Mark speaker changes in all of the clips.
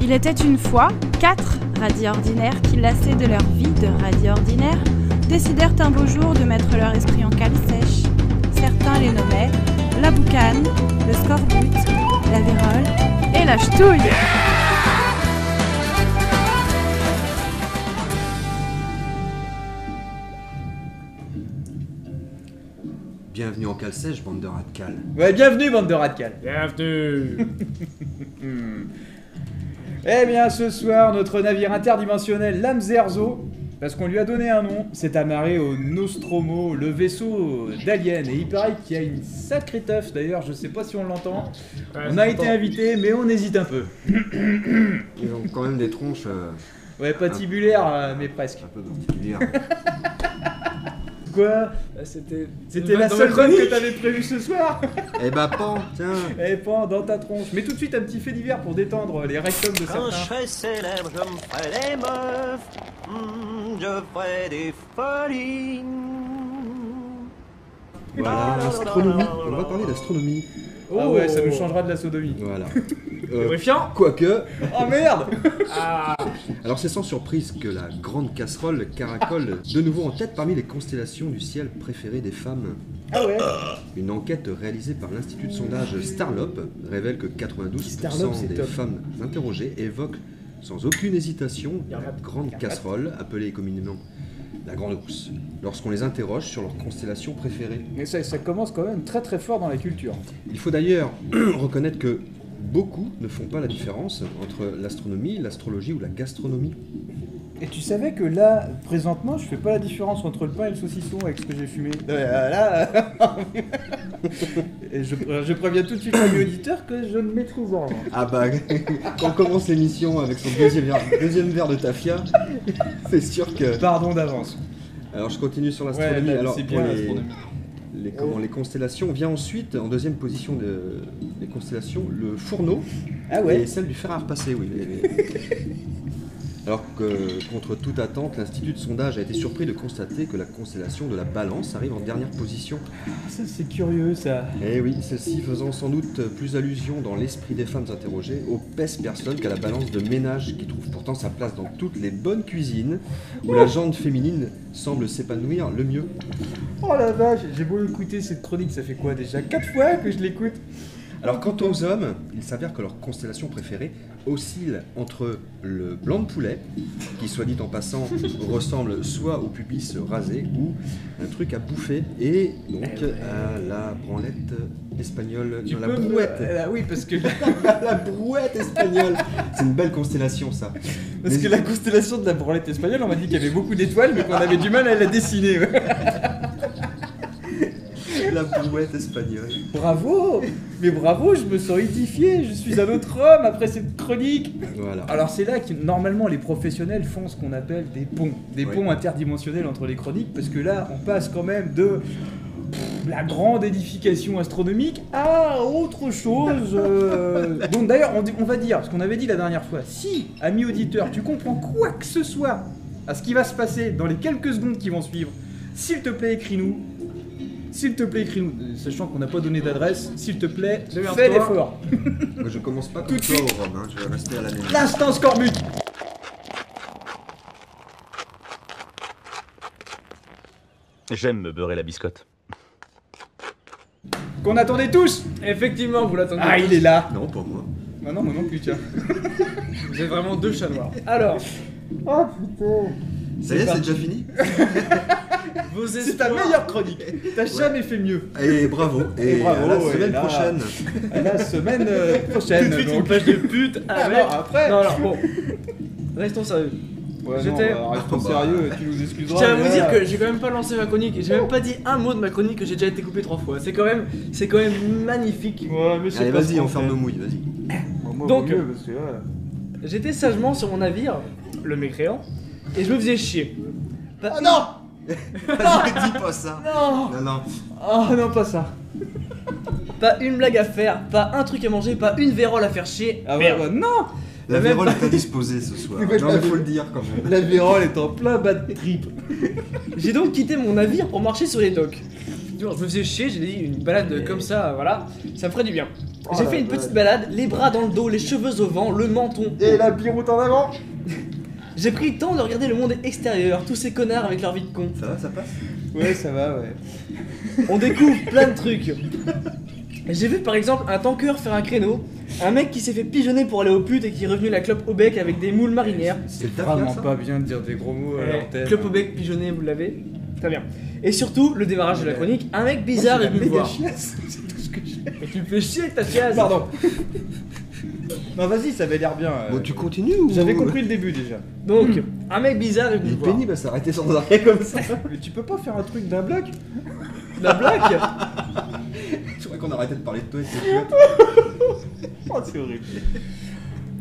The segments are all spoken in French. Speaker 1: Il était une fois quatre radis ordinaires qui, lassés de leur vie de radis ordinaires, décidèrent un beau jour de mettre leur esprit en cale sèche. Certains les nommaient la boucane, le scorbut, la vérole et la ch'touille.
Speaker 2: Bienvenue en cale sèche, bande de rats de cale.
Speaker 3: Ouais, bienvenue, bande de radicales.
Speaker 4: Bienvenue
Speaker 3: Eh bien, ce soir, notre navire interdimensionnel, l'Amzerzo, parce qu'on lui a donné un nom, s'est amarré au Nostromo, le vaisseau d'Alien. Et il paraît qu'il y a une sacrée teuf, d'ailleurs, je sais pas si on l'entend. On a été invité, mais on hésite un peu.
Speaker 2: Ils ont quand même des tronches euh,
Speaker 3: Ouais, patibulaire, euh, mais presque.
Speaker 2: un peu particulières.
Speaker 3: Quoi
Speaker 4: C'était
Speaker 3: Ah, C'était la seule chronique que t'avais prévue ce soir
Speaker 2: eh bah, pan, tiens
Speaker 3: Eh, pan, dans ta tronche. Mais tout de suite, un petit fait divers pour détendre les rectums de
Speaker 5: Quand je
Speaker 3: certains.
Speaker 5: serai célèbre, je me ferai des meufs. Hmm, je ferai des folies.
Speaker 2: Voilà, l'astronomie. On va parler d'astronomie.
Speaker 3: Oh, ah ouais, ça nous changera de la sodomie.
Speaker 2: Voilà. Euh,
Speaker 4: Fiant
Speaker 2: Quoique,
Speaker 3: Oh merde
Speaker 2: alors c'est sans surprise que la grande casserole caracole de nouveau en tête parmi les constellations du ciel préférées des femmes.
Speaker 3: Ah ouais
Speaker 2: Une enquête réalisée par l'institut de sondage Starlop révèle que 92%
Speaker 3: Starlop, c'est
Speaker 2: des
Speaker 3: top.
Speaker 2: femmes interrogées évoquent sans aucune hésitation
Speaker 3: Y a
Speaker 2: la
Speaker 3: rap, y
Speaker 2: grande
Speaker 3: a rap.
Speaker 2: casserole, appelée communément la grande rousse, lorsqu'on les interroge sur leur constellation préférée.
Speaker 3: Mais ça, ça commence quand même très très fort dans la culture.
Speaker 2: Il faut d'ailleurs reconnaître que beaucoup ne font pas la différence entre l'astronomie, l'astrologie ou la gastronomie.
Speaker 3: Et tu savais que là, présentement, je fais pas la différence entre le pain et le saucisson avec ce que j'ai fumé. Euh, là, Et je, je préviens tout de suite mes auditeurs que je ne m'étrouve en vente.
Speaker 2: Ah bah, quand on commence l'émission avec son deuxième verre, deuxième verre de tafia, c'est sûr que...
Speaker 3: Pardon d'avance.
Speaker 2: Alors je continue sur l'astronomie.
Speaker 3: là,
Speaker 2: Alors
Speaker 3: bah, c'est
Speaker 2: pour
Speaker 3: bien,
Speaker 2: les-
Speaker 3: l'astronomie.
Speaker 2: les, comment, les constellations, vient ensuite, en deuxième position de- des constellations, le fourneau
Speaker 3: Ah
Speaker 2: et celle du fer à repasser, oui. Alors que, contre toute attente, l'institut de sondage a été surpris de constater que la constellation de la balance arrive en dernière position.
Speaker 3: Ça, c'est curieux ça.
Speaker 2: Eh oui, celle-ci faisant sans doute plus allusion dans l'esprit des femmes interrogées aux pèses personnes qu'à la balance de ménage qui trouve pourtant sa place dans toutes les bonnes cuisines où la jante féminine semble s'épanouir le mieux.
Speaker 3: Oh la vache, j'ai beau écouter cette chronique, ça fait quoi déjà 4 fois que je l'écoute
Speaker 2: Alors quant aux hommes, il s'avère que leur constellation préférée oscille entre le blanc de poulet, qui soit dit en passant ressemble soit au pubis rasé ou un truc à bouffer, et donc à la branlette espagnole,
Speaker 3: Eh Tu
Speaker 2: non, la
Speaker 3: peux me-
Speaker 2: brouette.
Speaker 3: Euh, ah oui, parce que,
Speaker 2: la brouette espagnole. C'est une belle constellation ça.
Speaker 3: parce que la constellation de la branlette espagnole, on m'a dit qu'il y avait beaucoup d'étoiles, mais qu'on avait du mal à la dessiner.
Speaker 2: La brouette espagnole.
Speaker 3: Bravo Mais bravo, je me sens édifié, je suis un autre homme après cette chronique
Speaker 2: Voilà.
Speaker 3: Alors c'est là que normalement les professionnels font ce qu'on appelle des ponts, des
Speaker 2: Oui.
Speaker 3: ponts interdimensionnels entre les chroniques, parce que là on passe quand même de pff, la grande édification astronomique à autre chose. euh, Donc d'ailleurs on, dit- on va dire, ce qu'on avait dit la dernière fois, si, ami auditeur, tu comprends quoi que ce soit à ce qui va se passer dans les quelques secondes qui vont suivre, s'il te plaît écris-nous. S'il te plaît, écris-nous, Euh, sachant qu'on n'a pas donné d'adresse, s'il te plaît,
Speaker 4: Démerde-toi.
Speaker 3: fais l'effort.
Speaker 2: Moi je commence pas
Speaker 3: Tout
Speaker 2: comme
Speaker 3: de
Speaker 2: toi
Speaker 3: suite.
Speaker 2: au Rhum, hein. je vais rester à la maison.
Speaker 3: L'instant scorbut
Speaker 6: J'aime me beurrer la biscotte.
Speaker 3: qu'on attendait tous
Speaker 4: Effectivement, vous l'attendez.
Speaker 3: Ah, il est là
Speaker 2: Non pour moi.
Speaker 3: Bah non, moi non plus, tiens.
Speaker 4: Vous êtes vraiment deux chats noirs.
Speaker 3: Alors, oh putain
Speaker 2: Ça y est, c'est déjà fini
Speaker 4: Vos
Speaker 3: C'est ta
Speaker 4: espoirs...
Speaker 3: meilleure chronique T'as jamais fait mieux
Speaker 2: Et Eh, bravo. Et,
Speaker 3: Et bravo,
Speaker 2: à la
Speaker 3: et
Speaker 2: semaine
Speaker 3: là.
Speaker 2: prochaine.
Speaker 3: À la semaine euh, prochaine
Speaker 4: Tout de suite,
Speaker 3: donc.
Speaker 4: une page de pute
Speaker 3: Ah,
Speaker 4: avec...
Speaker 3: alors, après
Speaker 4: Non, alors, bon. Restons sérieux.
Speaker 3: Ouais, non,
Speaker 4: J'étais-
Speaker 3: bah, restons
Speaker 2: Ah, bah.
Speaker 3: sérieux, tu nous
Speaker 4: Je
Speaker 3: excuseras.
Speaker 4: tiens à vous
Speaker 3: mais
Speaker 4: dire
Speaker 3: là-
Speaker 4: que j'ai quand même pas lancé ma chronique et j'ai même pas dit un mot de ma chronique que j'ai déjà été coupé trois fois. C'est quand même, c'est quand même magnifique.
Speaker 3: Ouais, mais je sais
Speaker 2: Allez
Speaker 3: pas
Speaker 2: vas-y,
Speaker 3: ce
Speaker 2: on
Speaker 3: qu'on
Speaker 2: ferme
Speaker 3: fait.
Speaker 2: nos mouilles, vas-y.
Speaker 3: Bon, moi,
Speaker 4: Donc-
Speaker 3: vaut mieux, parce que, ouais.
Speaker 4: J'étais sagement sur mon navire, le mécréant, et je me faisais chier. Pas-
Speaker 3: Oh non
Speaker 2: Vas-y, dis pas ça.
Speaker 4: non
Speaker 2: Non, non.
Speaker 3: Oh
Speaker 4: Ah,
Speaker 3: non, pas ça
Speaker 4: Pas une blague à faire, pas un truc à manger, pas une vérole à faire chier.
Speaker 3: Ah ouais,
Speaker 4: Merde.
Speaker 3: bah, non
Speaker 2: La
Speaker 4: Mais même
Speaker 2: vérole est à disposer ce soir.
Speaker 3: Mais
Speaker 2: Non,
Speaker 3: la-
Speaker 2: mais faut le dire quand même.
Speaker 3: La vérole est en plein bad trip.
Speaker 4: J'ai donc quitté mon navire pour marcher sur les docks. Du coup, Je me faisais chier, j'ai dit une balade comme ça, voilà, ça me ferait du bien.
Speaker 7: J'ai fait une petite balade, les bras dans le dos, les cheveux au vent, le menton.
Speaker 8: Et la piroute en avant
Speaker 7: J'ai pris le temps de regarder le monde extérieur, tous ces connards avec leur vie de con.
Speaker 2: Ça va, ça passe
Speaker 3: Ouais, ça va, ouais.
Speaker 7: On découvre plein de trucs. J'ai vu par exemple un tanker faire un créneau, un mec qui s'est fait pigeonner pour aller aux putes et qui est revenu la clope au bec avec des moules marinières.
Speaker 2: C'est le taf,
Speaker 3: Vraiment
Speaker 2: ça
Speaker 3: pas bien de dire des gros mots à l'antenne.
Speaker 7: Clope au bec, pigeonné, vous l'avez Très bien. Et surtout, le démarrage de la chronique, un mec bizarre est venu me
Speaker 3: Méga
Speaker 7: voir.
Speaker 3: chiasse, c'est tout ce que j'ai.
Speaker 7: Mais tu me fais chier avec ta chiasse
Speaker 3: Pardon. non, vas-y, ça avait l'air bien. euh.
Speaker 8: Bon, tu continues ou
Speaker 3: J'avais compris le début déjà.
Speaker 7: Donc, un mec bizarre est venu
Speaker 8: Il est
Speaker 7: me voir.
Speaker 8: pénible à s'arrêter sans arrêt comme ça.
Speaker 3: Mais tu peux pas faire un truc d'un bloc
Speaker 7: La blague
Speaker 2: Je crois qu'on arrêtait de parler de toi et de tes culottes.
Speaker 8: Oh, c'est horrible.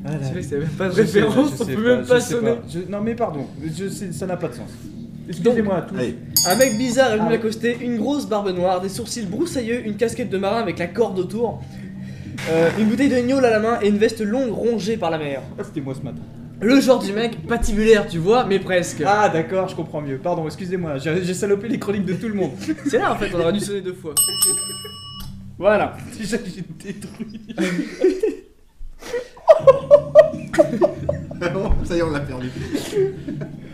Speaker 3: Ah là.
Speaker 7: C'est vrai que c'est même pas de
Speaker 3: Je sais pas,
Speaker 7: référence,
Speaker 3: je
Speaker 7: on
Speaker 3: sais
Speaker 7: peut même pas
Speaker 3: je sais
Speaker 7: sonner.
Speaker 3: Je- Non, mais pardon, je sais- ça n'a pas de sens. Excusez-moi à tous.
Speaker 8: Allez,
Speaker 7: Un mec bizarre est venu
Speaker 3: Ah.
Speaker 7: m'accoster, une grosse barbe noire, des sourcils broussailleux, une casquette de marin avec la corde autour, euh, une bouteille de gnôle à la main et une veste longue rongée par la mer.
Speaker 3: Ah, C'était moi ce matin.
Speaker 7: Le genre du mec patibulaire, tu vois, mais presque.
Speaker 3: Ah, d'accord, je comprends mieux. Pardon, excusez-moi, j'ai j'ai salopé les chroniques de tout le monde.
Speaker 7: C'est là en fait, on aurait dû sonner deux fois.
Speaker 3: Voilà. Déjà, j'ai détruit.
Speaker 8: ça y est, on l'a perdu.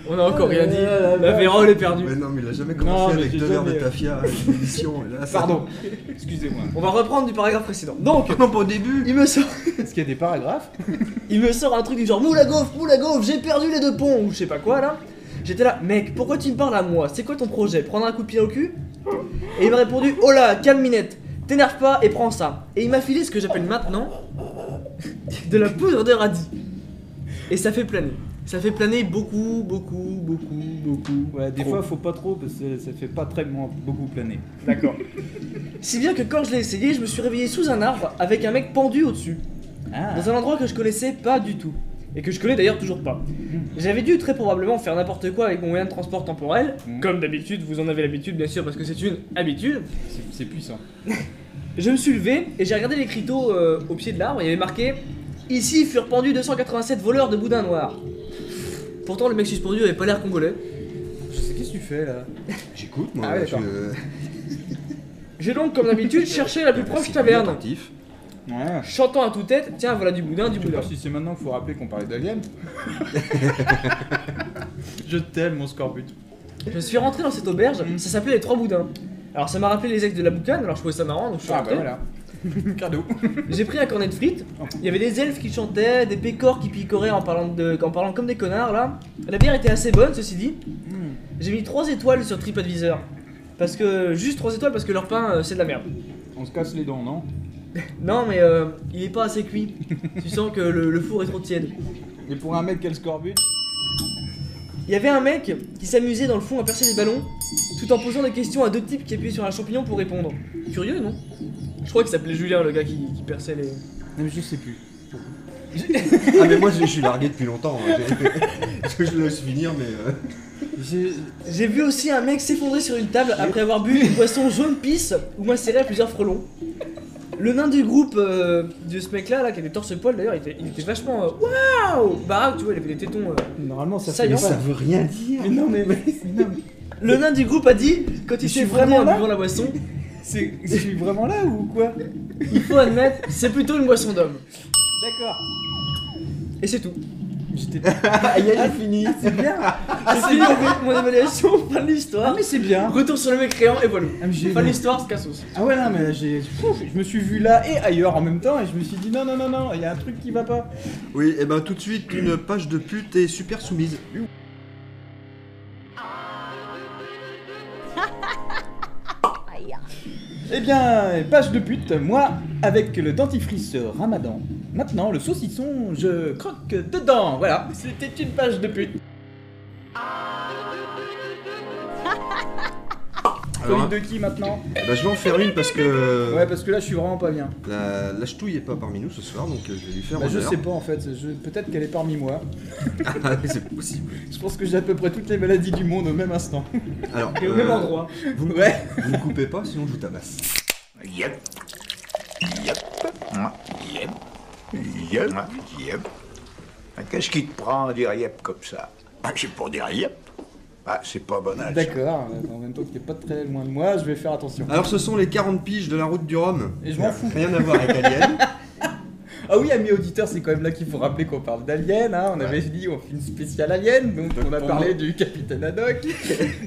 Speaker 7: On a encore rien dit.
Speaker 3: là là
Speaker 7: La
Speaker 3: là.
Speaker 7: vérole est perdue.
Speaker 8: Mais non, mais il a jamais
Speaker 3: Non,
Speaker 8: commencé
Speaker 3: mais
Speaker 8: avec
Speaker 3: j'ai
Speaker 8: deux verres de
Speaker 3: jamais- euh,
Speaker 8: tafia, une émission. et Là, ça-
Speaker 3: Pardon, excusez-moi.
Speaker 7: On va reprendre du paragraphe précédent. Donc,
Speaker 8: Non, pas au début.
Speaker 7: il me sort,
Speaker 3: Est-ce qu'il y a des paragraphes
Speaker 7: il me sort un truc du genre Moula gaufre, moula gaufre, j'ai perdu les deux ponts, ou je sais pas quoi là. J'étais là, mec, pourquoi tu me parles à moi C'est quoi ton projet Prendre un coup de pied au cul Et il m'a répondu Oh là, calme minette, t'énerve pas et prends ça. Et il m'a filé ce que j'appelle maintenant de la poudre de radis. Et ça fait planer. Ça fait planer beaucoup, beaucoup, beaucoup, beaucoup.
Speaker 3: Ouais, des
Speaker 7: Trop.
Speaker 3: fois, faut pas trop parce que ça fait pas très moins- beaucoup planer.
Speaker 7: D'accord. Si bien que quand je l'ai essayé, je me suis réveillé sous un arbre avec un mec pendu au-dessus,
Speaker 3: Ah,
Speaker 7: dans un endroit que je connaissais pas du tout. Et que je connais d'ailleurs toujours pas. J'avais dû très probablement faire n'importe quoi avec mon moyen de transport temporel.
Speaker 3: Mhm.
Speaker 7: Comme d'habitude, vous en avez l'habitude bien sûr parce que c'est une habitude.
Speaker 3: c'est- c'est puissant.
Speaker 7: Je me suis levé et j'ai regardé les criteaux euh, au pied de l'arbre. Il y avait marqué Ici furent pendus 287 voleurs de boudin noir. Pourtant, le mec suspendu avait pas l'air congolais.
Speaker 3: Je sais, qu'est-ce que tu fais là
Speaker 2: J'écoute, moi.
Speaker 3: Ah ouais,
Speaker 2: je-
Speaker 3: d'accord.
Speaker 2: euh,
Speaker 7: J'ai donc, comme d'habitude, cherché la plus
Speaker 2: c'est
Speaker 7: proche
Speaker 2: plus
Speaker 7: taverne.
Speaker 2: attentif.
Speaker 3: Ouais.
Speaker 7: Chantant à toute tête Tiens, voilà du boudin, du
Speaker 3: Je sais
Speaker 7: boudin.
Speaker 3: pas si c'est maintenant qu'il faut rappeler qu'on parlait d'Alien. je t'aime, mon scorbut.
Speaker 7: Je suis rentré dans cette auberge, ça s'appelait les Trois Boudins. Alors ça m'a rappelé les ex de la boucane, alors je trouvais ça marrant, donc je suis
Speaker 3: Ah, bah
Speaker 7: rentré.
Speaker 3: voilà. Cadeau.
Speaker 7: J'ai pris un cornet de frites, il y avait des elfes qui chantaient, des pécores qui picoraient en parlant, de, en parlant comme des connards là. La bière était assez bonne, ceci dit. J'ai mis 3 étoiles sur TripAdvisor. Parce que, juste 3 étoiles parce que leur pain euh, c'est de la merde.
Speaker 3: On se casse les dents, non
Speaker 7: Non mais euh, il est pas assez cuit. tu sens que le, le four est trop tiède.
Speaker 3: Et pour un mec qui a le scorbut
Speaker 7: Il y avait un mec qui s'amusait dans le fond à percer des ballons tout en posant des questions à deux types qui appuyaient sur un champignon pour répondre. Curieux, non Je crois qu'il s'appelait Julien, le gars qui, qui perçait les.
Speaker 3: Non, mais je sais plus.
Speaker 2: Ah, mais moi, je, je suis largué depuis longtemps. hein. J'ai- je le laisse finir, mais. euh,
Speaker 3: J'ai.
Speaker 7: J'ai vu aussi un mec s'effondrer sur une table après avoir bu une boisson jaune pisse ou macéré à plusieurs frelons. Le nain du groupe euh, de ce mec-là, là, qui avait torse-poil d'ailleurs, il était, il était vachement. euh, Waouh Bah, tu vois, il avait des tétons. euh,
Speaker 3: Normalement, ça,
Speaker 7: Ça
Speaker 3: fait
Speaker 7: y est,
Speaker 3: pas.
Speaker 7: ça
Speaker 2: veut rien dire.
Speaker 3: Mais non, mais. mais non, mais-
Speaker 7: Le nain du groupe a dit, quand
Speaker 3: Je suis
Speaker 7: il s'est effondré
Speaker 3: vraiment
Speaker 7: en
Speaker 3: là
Speaker 7: buvant la boisson,
Speaker 3: c'est- Je suis vraiment là ou quoi
Speaker 7: il faut admettre, c'est plutôt une boisson d'homme.
Speaker 3: D'accord.
Speaker 7: Et c'est tout.
Speaker 3: J'étais.
Speaker 8: Ah, y a, j'ai fini.
Speaker 3: Ah, C'est bien.
Speaker 7: C'est fini mon- mon évaluation, fin de l'histoire.
Speaker 3: Ah, mais c'est bien.
Speaker 7: Retour sur le mécréant et voilà.
Speaker 3: Ah, mais j'ai-
Speaker 7: Fin de l'histoire, c'est cassos.
Speaker 3: Ah ouais, non, mais là, j'ai. Pouf, Je me suis vu là et ailleurs en même temps et je me suis dit non, non, non, non, il y a un truc qui va pas.
Speaker 2: Oui, et ben tout de suite, une page de pute et super soumise.
Speaker 3: Eh bien, page de pute, moi, avec le dentifrice ramadan. Maintenant, le saucisson, je croque dedans. Voilà, c'était une page de pute.
Speaker 2: Alors,
Speaker 3: Chronique de qui maintenant
Speaker 2: eh ben, je vais en faire une parce que
Speaker 3: Ouais, parce que là, je suis vraiment pas bien.
Speaker 2: la, la ch'touille est pas parmi nous ce soir, donc euh, je vais lui faire
Speaker 3: Bah, je
Speaker 2: honneur.
Speaker 3: sais pas en fait, je- peut-être qu'elle est parmi moi.
Speaker 2: Ah, oui, c'est possible.
Speaker 3: Je pense que j'ai à peu près toutes les maladies du monde au même instant.
Speaker 2: Alors,
Speaker 7: Et au
Speaker 2: euh,
Speaker 7: même endroit.
Speaker 2: Vous me,
Speaker 3: Ouais.
Speaker 2: vous me coupez pas, sinon je vous tabasse.
Speaker 6: Yep. Yep. Yep. Yep. Ben, Yep. Qu'est-ce qui te prend à Ben, dire yep comme ça Ah, C'est pour dire yep. Ah, c'est pas bon âge.
Speaker 3: D'accord, en même temps que t'es pas très loin de moi, je vais faire attention.
Speaker 2: Alors ce sont les 40 piges de la route du Rhum.
Speaker 3: Et je m'en fous.
Speaker 2: Rien à voir avec Alien.
Speaker 3: Ah oui, amis auditeurs, c'est quand même là qu'il faut rappeler qu'on parle d'Alien. hein. On avait dit on fait une spéciale Alien, donc on a parlé du Capitaine Haddock,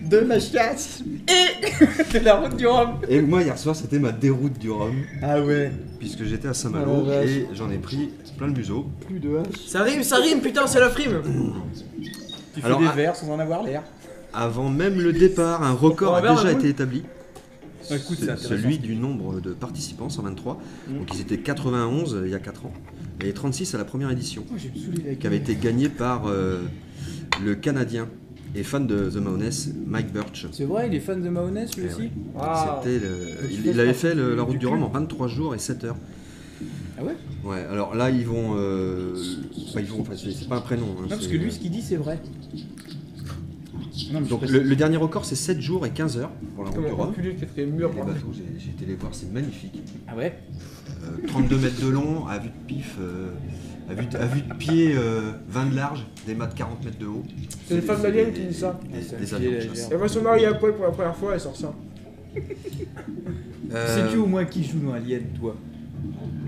Speaker 3: de Machias et de la route du Rhum.
Speaker 2: Et moi hier soir c'était ma déroute du Rhum,
Speaker 3: Ah ouais,
Speaker 2: puisque j'étais à
Speaker 3: Ah
Speaker 2: Saint-Malo
Speaker 3: la vache.
Speaker 2: et j'en ai pris plein le museau.
Speaker 9: Plus de hache.
Speaker 4: Ça rime, ça rime, putain, c'est la frime.
Speaker 3: tu fais
Speaker 2: Alors,
Speaker 3: des
Speaker 2: ah-
Speaker 3: verres sans en avoir l'air.
Speaker 2: Avant même le départ, un record a
Speaker 4: Robert
Speaker 2: déjà
Speaker 4: Lamoule
Speaker 2: été établi.
Speaker 3: Ah, écoute, c'est
Speaker 2: C'est
Speaker 3: intéressant.
Speaker 2: celui du nombre de participants, 123.
Speaker 3: Mm.
Speaker 2: Donc ils étaient 91 euh, il y a 4 ans. Et 36 à la première édition,
Speaker 3: Oh, j'ai me saoulé avec
Speaker 2: qui avait été gagnée par euh, le Canadien et fan de The Maoness, Mike Birch.
Speaker 3: C'est vrai, il est fan de Mahonès lui
Speaker 2: Eh
Speaker 3: aussi
Speaker 2: ouais.
Speaker 4: Waouh.
Speaker 3: hein.
Speaker 2: C'était le-
Speaker 3: Tu
Speaker 2: il,
Speaker 3: fais
Speaker 2: il avait
Speaker 3: ça
Speaker 2: fait le- la
Speaker 3: Ah, du
Speaker 2: route du
Speaker 3: cul.
Speaker 2: Rhum en 23 jours et 7 heures.
Speaker 3: Ah ouais
Speaker 2: Ouais, alors là ils vont. euh, bah, ils vont enfin, c'est c'est pas un prénom. hein,
Speaker 3: Non, parce
Speaker 2: c'est-
Speaker 3: que lui, ce qu'il dit, c'est vrai. Non, mais
Speaker 2: Donc
Speaker 3: je
Speaker 2: le, le dernier record c'est 7 jours et 15 heures pour la route du
Speaker 3: Comment
Speaker 2: Rhum. bah,
Speaker 3: enculer le quatrième mur
Speaker 2: Les bateaux, j'ai- j'ai été les voir, c'est magnifique.
Speaker 3: Ah ouais
Speaker 2: Euh, 32 mètres de long, à vue de pif, euh, à, vue de, à vue de pied, euh, 20 de large, des mâts de 40 mètres de haut.
Speaker 7: C'est les femmes d'Alien qui disent ça.
Speaker 2: Des,
Speaker 3: C'est
Speaker 2: des
Speaker 3: un
Speaker 2: avions de
Speaker 3: pied
Speaker 2: chasse.
Speaker 7: Elle voit son mari à poil pour la première fois, elle sort ça.
Speaker 2: Euh,
Speaker 3: Sais-tu au moins qui joue dans Alien, toi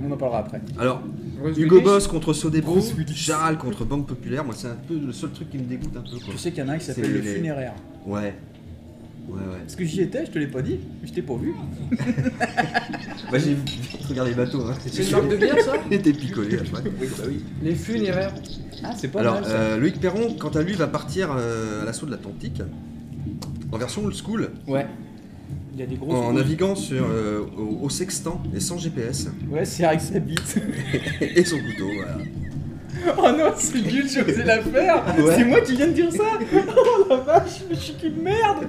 Speaker 3: On en parlera après.
Speaker 2: Euh, alors,
Speaker 7: Bruce
Speaker 2: Hugo
Speaker 7: Willis,
Speaker 2: Boss contre Sodebo,
Speaker 3: Bruce Willis.
Speaker 2: Charal contre Banque Populaire, moi c'est un peu le seul truc qui me dégoûte un peu. quoi.
Speaker 3: Je sais qu'il y en a un qui
Speaker 2: C'est
Speaker 3: s'appelle le
Speaker 2: les-
Speaker 3: funéraire.
Speaker 2: Ouais. Ouais, ouais.
Speaker 3: Parce que j'y étais, je te l'ai pas dit, je t'ai pas vu.
Speaker 2: Bah, j'ai vite regardé les bateaux, hein.
Speaker 7: C'est une marque de bière ça
Speaker 2: J'étais picolé à chaque fois.
Speaker 7: Les funéraires.
Speaker 3: Ah, c'est pas
Speaker 2: Alors,
Speaker 3: mal ça.
Speaker 2: euh, Loïc Perron, quant à lui, va partir euh, à l'assaut de l'Atlantique en version old school.
Speaker 3: Ouais. Il y a des grosses.
Speaker 2: En
Speaker 3: couilles.
Speaker 2: naviguant sur, euh, au, au sextant et sans GPS
Speaker 3: Ouais, c'est avec sa bite.
Speaker 2: et son couteau, voilà.
Speaker 3: oh non, c'est nul, j'ai osé la faire
Speaker 2: Ouais.
Speaker 3: C'est moi qui viens de dire ça Oh la vache, je suis qu'une merde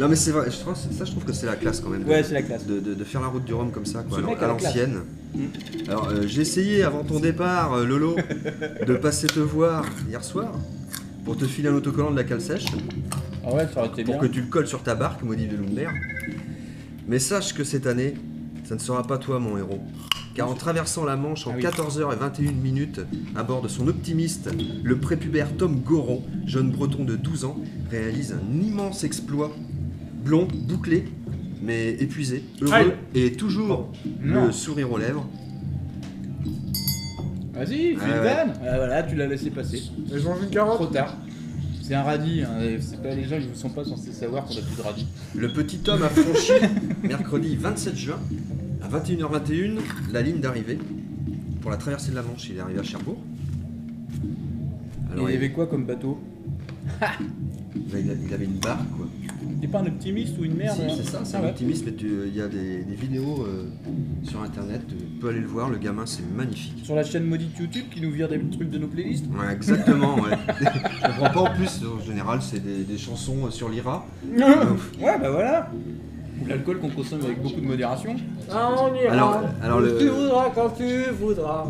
Speaker 2: Non mais c'est vrai, je trouve, ça je trouve que c'est la classe quand même. de-
Speaker 3: Ouais, c'est la classe.
Speaker 2: De, de- de faire la route du Rhum comme ça, quoi,
Speaker 3: Ce
Speaker 2: alors,
Speaker 3: mec a
Speaker 2: à
Speaker 3: la classe.
Speaker 2: l'ancienne. Alors euh, j'ai essayé avant ton départ, euh, Lolo, de passer te voir hier soir pour te filer un autocollant de la cale sèche,
Speaker 3: Ah ouais, ça aurait été
Speaker 2: pour que tu le colles sur ta barque, maudit de Lumber. Mais sache que cette année, ça ne sera pas toi mon héros. Car en traversant la Manche en
Speaker 3: Ah oui.
Speaker 2: 14h21 minutes, à bord de son optimiste, le prépubère Tom Goron, jeune breton de 12 ans, réalise un immense exploit. Blond, bouclé, mais épuisé, heureux et toujours
Speaker 3: Non.
Speaker 2: le sourire aux lèvres.
Speaker 3: Vas-y, fais
Speaker 2: Ah
Speaker 3: une
Speaker 2: ouais.
Speaker 3: vanne Ah, Voilà, tu l'as laissé passer.
Speaker 7: Elles mangent une
Speaker 3: Trop
Speaker 7: carotte.
Speaker 3: tard. C'est un radis, hein, et c'est pas les gens qui vous sont pas censés savoir qu'on a plus de radis.
Speaker 2: Le petit homme a franchi, mercredi 27 juin, à 21h21, la ligne d'arrivée pour la traversée de la Manche. Il est arrivé à Cherbourg. Alors,
Speaker 3: Et il y
Speaker 2: il,
Speaker 3: avait quoi comme bateau
Speaker 2: il avait- il avait une barre, quoi.
Speaker 3: T'es pas un optimiste ou une merde
Speaker 2: Si,
Speaker 3: hein
Speaker 2: c'est ça, c'est
Speaker 3: Ah ouais.
Speaker 2: l'optimisme. Et tu- Il y a des, des vidéos euh, sur internet, tu peux aller le voir, le gamin, c'est magnifique.
Speaker 3: Sur la chaîne maudite YouTube qui nous vire des trucs de nos playlists
Speaker 2: Ouais, exactement, ouais. Je comprends pas en plus, en général, c'est des, des chansons euh, sur l'IRA.
Speaker 3: Ouais, bah voilà Ou l'alcool qu'on consomme avec beaucoup de modération.
Speaker 7: Ah, on ira.
Speaker 2: Alors, alors
Speaker 7: Où
Speaker 2: le-
Speaker 7: Tu voudras quand tu voudras.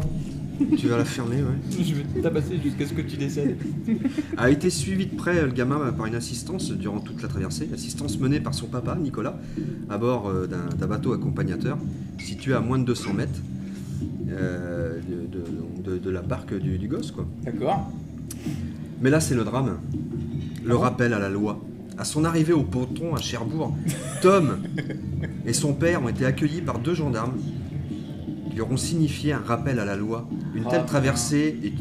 Speaker 2: Tu vas la fermer, ouais.
Speaker 3: Je vais te tabasser jusqu'à ce que tu décèdes.
Speaker 2: A été suivi de près, euh, le gamin, par une assistance durant toute la traversée. Assistance menée par son papa, Nicolas, à bord euh, d'un d'un bateau accompagnateur situé à moins de 200 mètres euh, de, de- de- de la barque du, du gosse, quoi.
Speaker 3: D'accord.
Speaker 2: Mais là, c'est le drame. Le rappel à la loi. À son arrivée au ponton à Cherbourg, Tom et son père ont été accueillis par deux gendarmes qui leur ont signifié un rappel à la loi. Une
Speaker 3: Ah,
Speaker 2: telle
Speaker 3: putain.
Speaker 2: traversée est-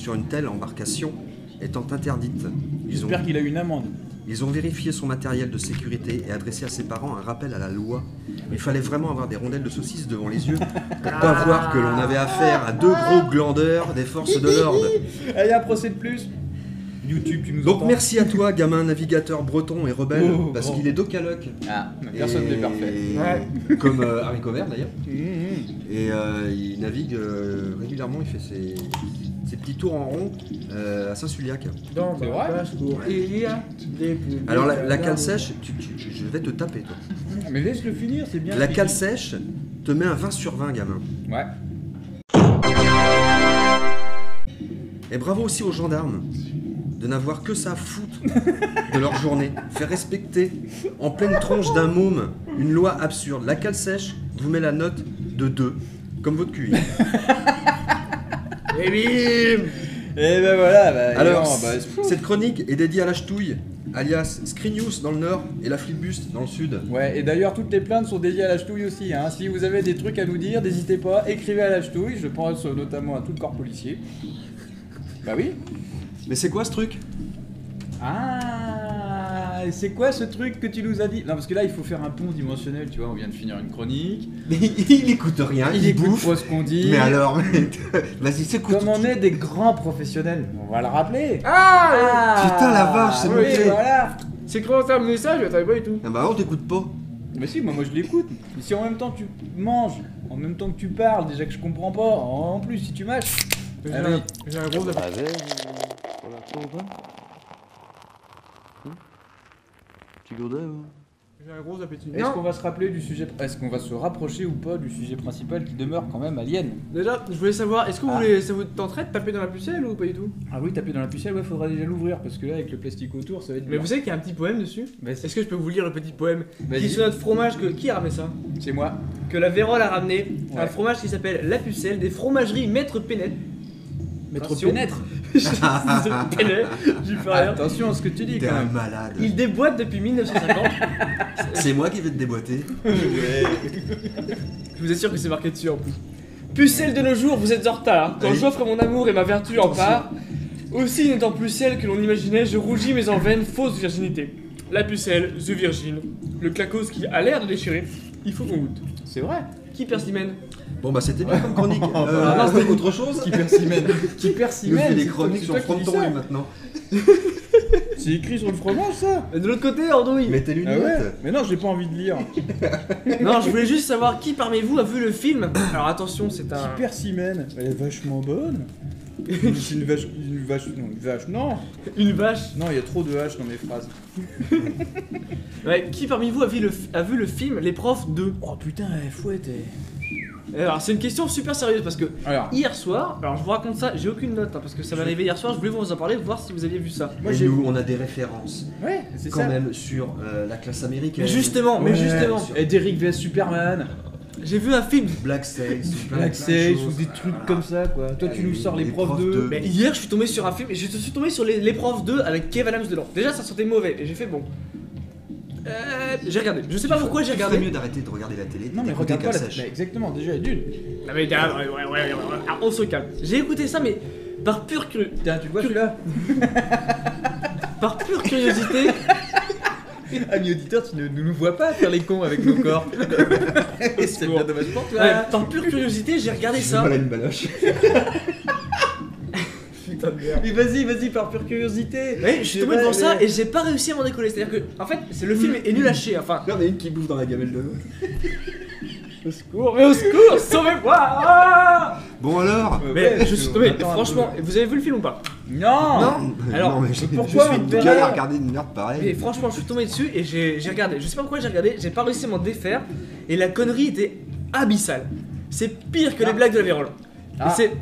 Speaker 2: sur une telle embarcation étant interdite. Ils ont,
Speaker 3: J'espère qu'il a eu une amende.
Speaker 2: ils ont vérifié son matériel de sécurité et adressé à ses parents un rappel à la loi. Il fallait vraiment avoir des rondelles de saucisse devant les yeux pour pas voir que l'on avait affaire à deux gros glandeurs des forces de l'ordre.
Speaker 3: Allez, un procès de plus YouTube, tu nous
Speaker 2: Donc
Speaker 3: entends
Speaker 2: merci à toi, gamin navigateur breton et rebelle,
Speaker 3: Oh,
Speaker 2: parce
Speaker 3: oh.
Speaker 2: qu'il est docaloc.
Speaker 3: Ah, personne
Speaker 2: Et-
Speaker 3: n'est parfait.
Speaker 2: Comme euh, Harry Covert d'ailleurs. Et euh, il navigue euh, régulièrement, il fait ses, ses petits tours en rond euh, à Saint-Suliac.
Speaker 7: Dans
Speaker 3: C'est
Speaker 7: ma
Speaker 3: vrai
Speaker 7: vache cour, il y a des poubelles.
Speaker 2: Alors la, la cale sèche, tu- tu- tu- je vais te taper toi.
Speaker 3: Mais laisse-le finir, c'est bien.
Speaker 2: La
Speaker 3: fini.
Speaker 2: cale sèche te met un 20 sur 20 gamin.
Speaker 3: Ouais.
Speaker 2: Et bravo aussi aux gendarmes de n'avoir que ça à foutre de leur journée. Faire respecter en pleine tronche d'un môme une loi absurde. La cale sèche vous met la
Speaker 3: Eh
Speaker 2: note de 2, comme votre QI.
Speaker 7: Et bim
Speaker 4: Et ben voilà, bah,
Speaker 2: Alors,
Speaker 3: ah
Speaker 4: non, bah, c'est-
Speaker 2: cette chronique est dédiée à la ch'touille, alias Scrinius dans le nord et la flibuste dans le sud.
Speaker 3: Ouais, et d'ailleurs, toutes les plaintes sont dédiées à la ch'touille aussi. Hein. Si vous avez des trucs à nous dire, n'hésitez pas, écrivez à la ch'touille. Je pense euh, notamment à tout le corps policier. Bah oui.
Speaker 9: Mais c'est quoi ce truc
Speaker 3: Ah, et c'est quoi ce truc que tu nous as dit Non, parce que là, il faut faire un pont dimensionnel, tu vois. On vient de finir une chronique.
Speaker 9: Mais il écoute
Speaker 2: Ah,
Speaker 9: rien, il,
Speaker 3: écoute
Speaker 9: bouffe.
Speaker 3: pas ce qu'on dit.
Speaker 9: Mais alors, mais- vas-y, c'est quoi
Speaker 3: Comme on est des grands professionnels, on va le rappeler.
Speaker 7: Ah,
Speaker 9: Putain, la vache, c'est
Speaker 7: oui,
Speaker 9: noté.
Speaker 7: voilà. C'est quand t'as amené ça, je savais pas du tout.
Speaker 9: Ah bah on t'écoute pas.
Speaker 3: Mais si, moi, moi je l'écoute. Mais si en même temps que tu manges, en même temps que tu parles, déjà que je comprends pas, en plus si tu mâches.
Speaker 7: J'ai
Speaker 3: Ah
Speaker 7: un-
Speaker 3: oui.
Speaker 7: J'ai un gros appel. hein. Hmm? hein. J'ai un gros appétit.
Speaker 3: Est-ce qu'on
Speaker 7: Non,
Speaker 3: va se rappeler du sujet Est-ce qu'on va se rapprocher ou pas du sujet principal qui demeure quand même Alien
Speaker 7: déjà, je voulais savoir, est-ce que vous
Speaker 3: Ah.
Speaker 7: voulez, ça vous tenterait de taper dans la pucelle ou pas du tout
Speaker 3: Ah oui, taper dans la pucelle, ouais, faudra déjà l'ouvrir parce que là, avec le plastique autour, ça va être.
Speaker 7: Mais vous savez qu'il y a un petit poème dessus
Speaker 3: Vas-y.
Speaker 7: Est-ce que je peux vous lire le petit poème
Speaker 3: Vas-y.
Speaker 7: Qui sur notre fromage que qui a ramené ça
Speaker 3: c'est moi.
Speaker 7: Que la Vérole a ramené
Speaker 3: Ouais.
Speaker 7: un fromage qui s'appelle la pucelle des fromageries Maître Pénètre.
Speaker 3: Maître
Speaker 7: Attention.
Speaker 3: pénètre.
Speaker 7: Je- Pénètre, j'y peux rien.
Speaker 3: Attention à ce que tu dis
Speaker 9: T'es
Speaker 3: quand
Speaker 9: un
Speaker 3: même.
Speaker 9: malade.
Speaker 7: Il déboîte depuis 1950.
Speaker 9: C'est moi qui vais te déboîter.
Speaker 7: Je vous assure que c'est marqué dessus en plus. Pucelle de nos jours, vous êtes en retard. hein. Quand
Speaker 9: Oui.
Speaker 7: j'offre mon amour et ma vertu en part, aussi n'étant plus celle que l'on imaginait, je rougis mais en vaine fausse virginité. La pucelle, the virgin, le clacos qui a l'air de déchirer, il faut qu'on goûte.
Speaker 3: C'est vrai.
Speaker 7: Qui persimène
Speaker 9: Bon bah c'était bien comme chronique.
Speaker 3: bah,
Speaker 9: Euh,
Speaker 3: non, c'était-
Speaker 9: autre chose
Speaker 3: Qui persimène. qui
Speaker 9: Il nous
Speaker 3: persimène.
Speaker 9: fait des
Speaker 3: c'est-
Speaker 9: chroniques
Speaker 3: c'est
Speaker 9: sur
Speaker 3: toi qui dis
Speaker 9: Fronton
Speaker 3: ça.
Speaker 9: lui maintenant.
Speaker 3: C'est écrit sur le fromage ça.
Speaker 7: De l'autre côté, Ordouille.
Speaker 9: Mets tes
Speaker 3: Ah ouais.
Speaker 9: lunettes.
Speaker 3: Mais non, j'ai pas envie de lire.
Speaker 7: Non, je voulais juste savoir qui parmi vous a vu le film. Alors attention, c'est
Speaker 3: Qui
Speaker 7: un.
Speaker 3: persimène. Elle est vachement bonne. C'est une vache, une vache, non, une vache, non,
Speaker 7: Une vache.
Speaker 3: non, il y a trop de H dans mes phrases.
Speaker 7: Ouais, qui parmi vous a vu le, a vu le film Les profs 2
Speaker 3: Oh putain, elle fouette. elle.
Speaker 7: Alors, c'est une question super sérieuse parce que
Speaker 3: Alors,
Speaker 7: Hier soir, alors je vous raconte ça, j'ai aucune note hein, parce que ça m'est arrivé hier soir, je voulais vous en parler, voir si vous aviez vu ça.
Speaker 3: moi
Speaker 9: Et
Speaker 3: j'ai.
Speaker 9: nous on a des références
Speaker 3: Ouais, c'est
Speaker 9: quand
Speaker 3: ça.
Speaker 9: même sur euh, la classe américaine.
Speaker 7: Mais justement, mais
Speaker 3: Ouais.
Speaker 7: justement,
Speaker 3: Et d'Eric vs Superman,
Speaker 7: j'ai vu un film.
Speaker 9: Black Sails, ou plein-
Speaker 3: Black
Speaker 9: plein de
Speaker 3: Sails, ou
Speaker 9: choses.
Speaker 3: des trucs
Speaker 9: Voilà.
Speaker 3: comme ça quoi. Toi tu
Speaker 9: Les-
Speaker 3: nous sors les,
Speaker 9: les
Speaker 3: profs
Speaker 9: profs
Speaker 3: de.
Speaker 9: de-
Speaker 7: Mais hier, je suis tombé sur un film et je suis tombé sur les- l'épreuve 2 avec Kev Adams dedans. Déjà, ça sentait mauvais et j'ai fait bon. Euh, j'ai regardé. Je sais pas pourquoi j'ai
Speaker 9: Il
Speaker 7: regardé.
Speaker 9: mieux d'arrêter de regarder la télé.
Speaker 3: Non mais
Speaker 9: d'écouter
Speaker 3: regarde pas la.
Speaker 9: Cassèche.
Speaker 3: Bah, exactement, déjà d'une.
Speaker 7: Non, mais, ah, ouais, ouais, ouais, ouais, ouais, ah, on se calme. J'ai écouté ça, mais par pure cru-
Speaker 3: Tiens, tu le vois celui-là
Speaker 7: par pure curiosité.
Speaker 3: Ami auditeur, tu ne nous, nous vois pas faire les cons avec nos corps. Et c'est bien dommage pour toi.
Speaker 7: ouais, par pure curiosité, j'ai regardé ça.
Speaker 2: Voilà une baloche.
Speaker 3: Mais vas-y, vas-y, par pure curiosité.
Speaker 7: Ouais, je suis tombé devant ça et j'ai pas réussi à m'en décoller. C'est-à-dire que, en fait, c'est le film est nul à chier. Enfin,
Speaker 9: Il y en a une qui bouffe dans la gamelle de l'autre.
Speaker 7: secours, mais au secours, sauvez-moi ah
Speaker 9: Bon alors
Speaker 3: Euh,
Speaker 7: Mais je suis tombé, franchement, vous avez vu le film ou pas
Speaker 3: Non
Speaker 9: Non
Speaker 7: Alors,
Speaker 9: Non, mais j'ai-
Speaker 7: pourquoi
Speaker 9: je suis
Speaker 7: on
Speaker 9: galère
Speaker 7: verra-
Speaker 9: à regarder une merde
Speaker 7: Mais
Speaker 9: pareille.
Speaker 7: franchement, je suis tombé dessus et j'ai j'ai regardé. Je sais pas pourquoi j'ai regardé, j'ai pas réussi à m'en défaire et la connerie était abyssale. C'est pire que les
Speaker 3: Ah.
Speaker 7: blagues de la vérole.
Speaker 3: Ah.
Speaker 7: C'est-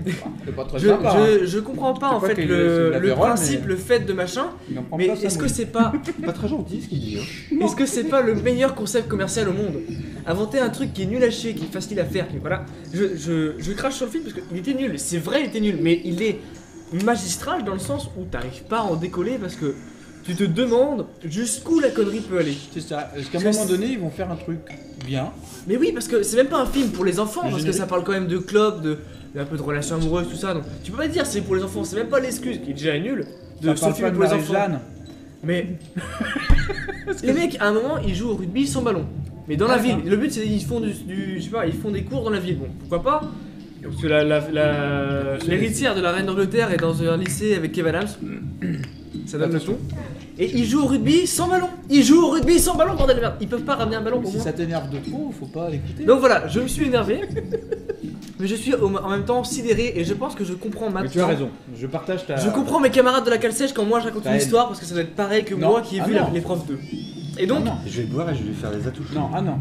Speaker 3: C'est pas très
Speaker 7: je,
Speaker 3: sympa. hein.
Speaker 7: je, je comprends pas
Speaker 3: C'est
Speaker 7: en
Speaker 3: pas
Speaker 7: fait
Speaker 3: que c'est de
Speaker 7: le,
Speaker 3: la
Speaker 7: le
Speaker 3: vérole,
Speaker 7: principe,
Speaker 3: mais-
Speaker 7: le fait de machin,
Speaker 3: Il en prend
Speaker 7: mais
Speaker 3: pas ça,
Speaker 7: est-ce que
Speaker 3: moi.
Speaker 7: c'est pas
Speaker 9: Pas très gentil ce qu'il dit. hein.
Speaker 7: Est-ce que c'est pas le meilleur concept commercial au monde Inventer un truc qui est nul à chier, qui est facile à faire, qui voilà. Je, je, je crache sur le film parce qu'il était nul, c'est vrai, il était nul, mais il est magistral dans le sens où t'arrives pas à en décoller parce que tu te demandes jusqu'où la connerie peut aller.
Speaker 3: C'est ça. Parce qu'à un moment donné, ils vont faire un truc bien.
Speaker 7: Mais oui, parce que c'est même pas un film pour les enfants,
Speaker 3: Le
Speaker 7: parce que
Speaker 3: générique.
Speaker 7: ça parle quand même de club, de un peu de relations amoureuses, tout ça. Donc tu peux pas dire c'est pour les enfants, c'est même pas l'excuse qui est déjà nulle de
Speaker 3: Ça
Speaker 7: ce
Speaker 3: parle
Speaker 7: film
Speaker 3: pas
Speaker 7: est
Speaker 3: de
Speaker 7: pour les enfants.
Speaker 3: Marie-Jeanne.
Speaker 7: Mais les mecs, à un moment, ils jouent au rugby sans ballon. Mais dans la ville, le but c'est ils font du, du- je sais pas, ils font des cours dans la ville. Bon, pourquoi pas Parce que la- la- la- l'héritière de la reine d'Angleterre est dans un lycée avec Kevin Adams. Ça donne le ton. Et ils jouent au rugby sans ballon. Ils jouent au rugby sans ballon, bordel de merde. Ils peuvent pas ramener un ballon pour
Speaker 3: Si
Speaker 7: moi.
Speaker 3: ça t'énerve de trop, faut pas l'écouter.
Speaker 7: Donc voilà, je me suis énervé. mais je suis au- en même temps sidéré et je pense que je comprends maintenant.
Speaker 3: Mais tu as raison. Je partage ta.
Speaker 7: Je comprends mes camarades de la cale sèche quand moi je raconte
Speaker 3: Ça
Speaker 7: une
Speaker 3: aide.
Speaker 7: histoire parce que ça doit être pareil que
Speaker 3: Non.
Speaker 7: moi qui ai
Speaker 3: Ah
Speaker 7: vu
Speaker 3: non.
Speaker 7: la- l'épreuve 2. Et donc,
Speaker 3: Non, non,
Speaker 9: Je vais boire et je vais faire des atouchements.
Speaker 3: non, ah non.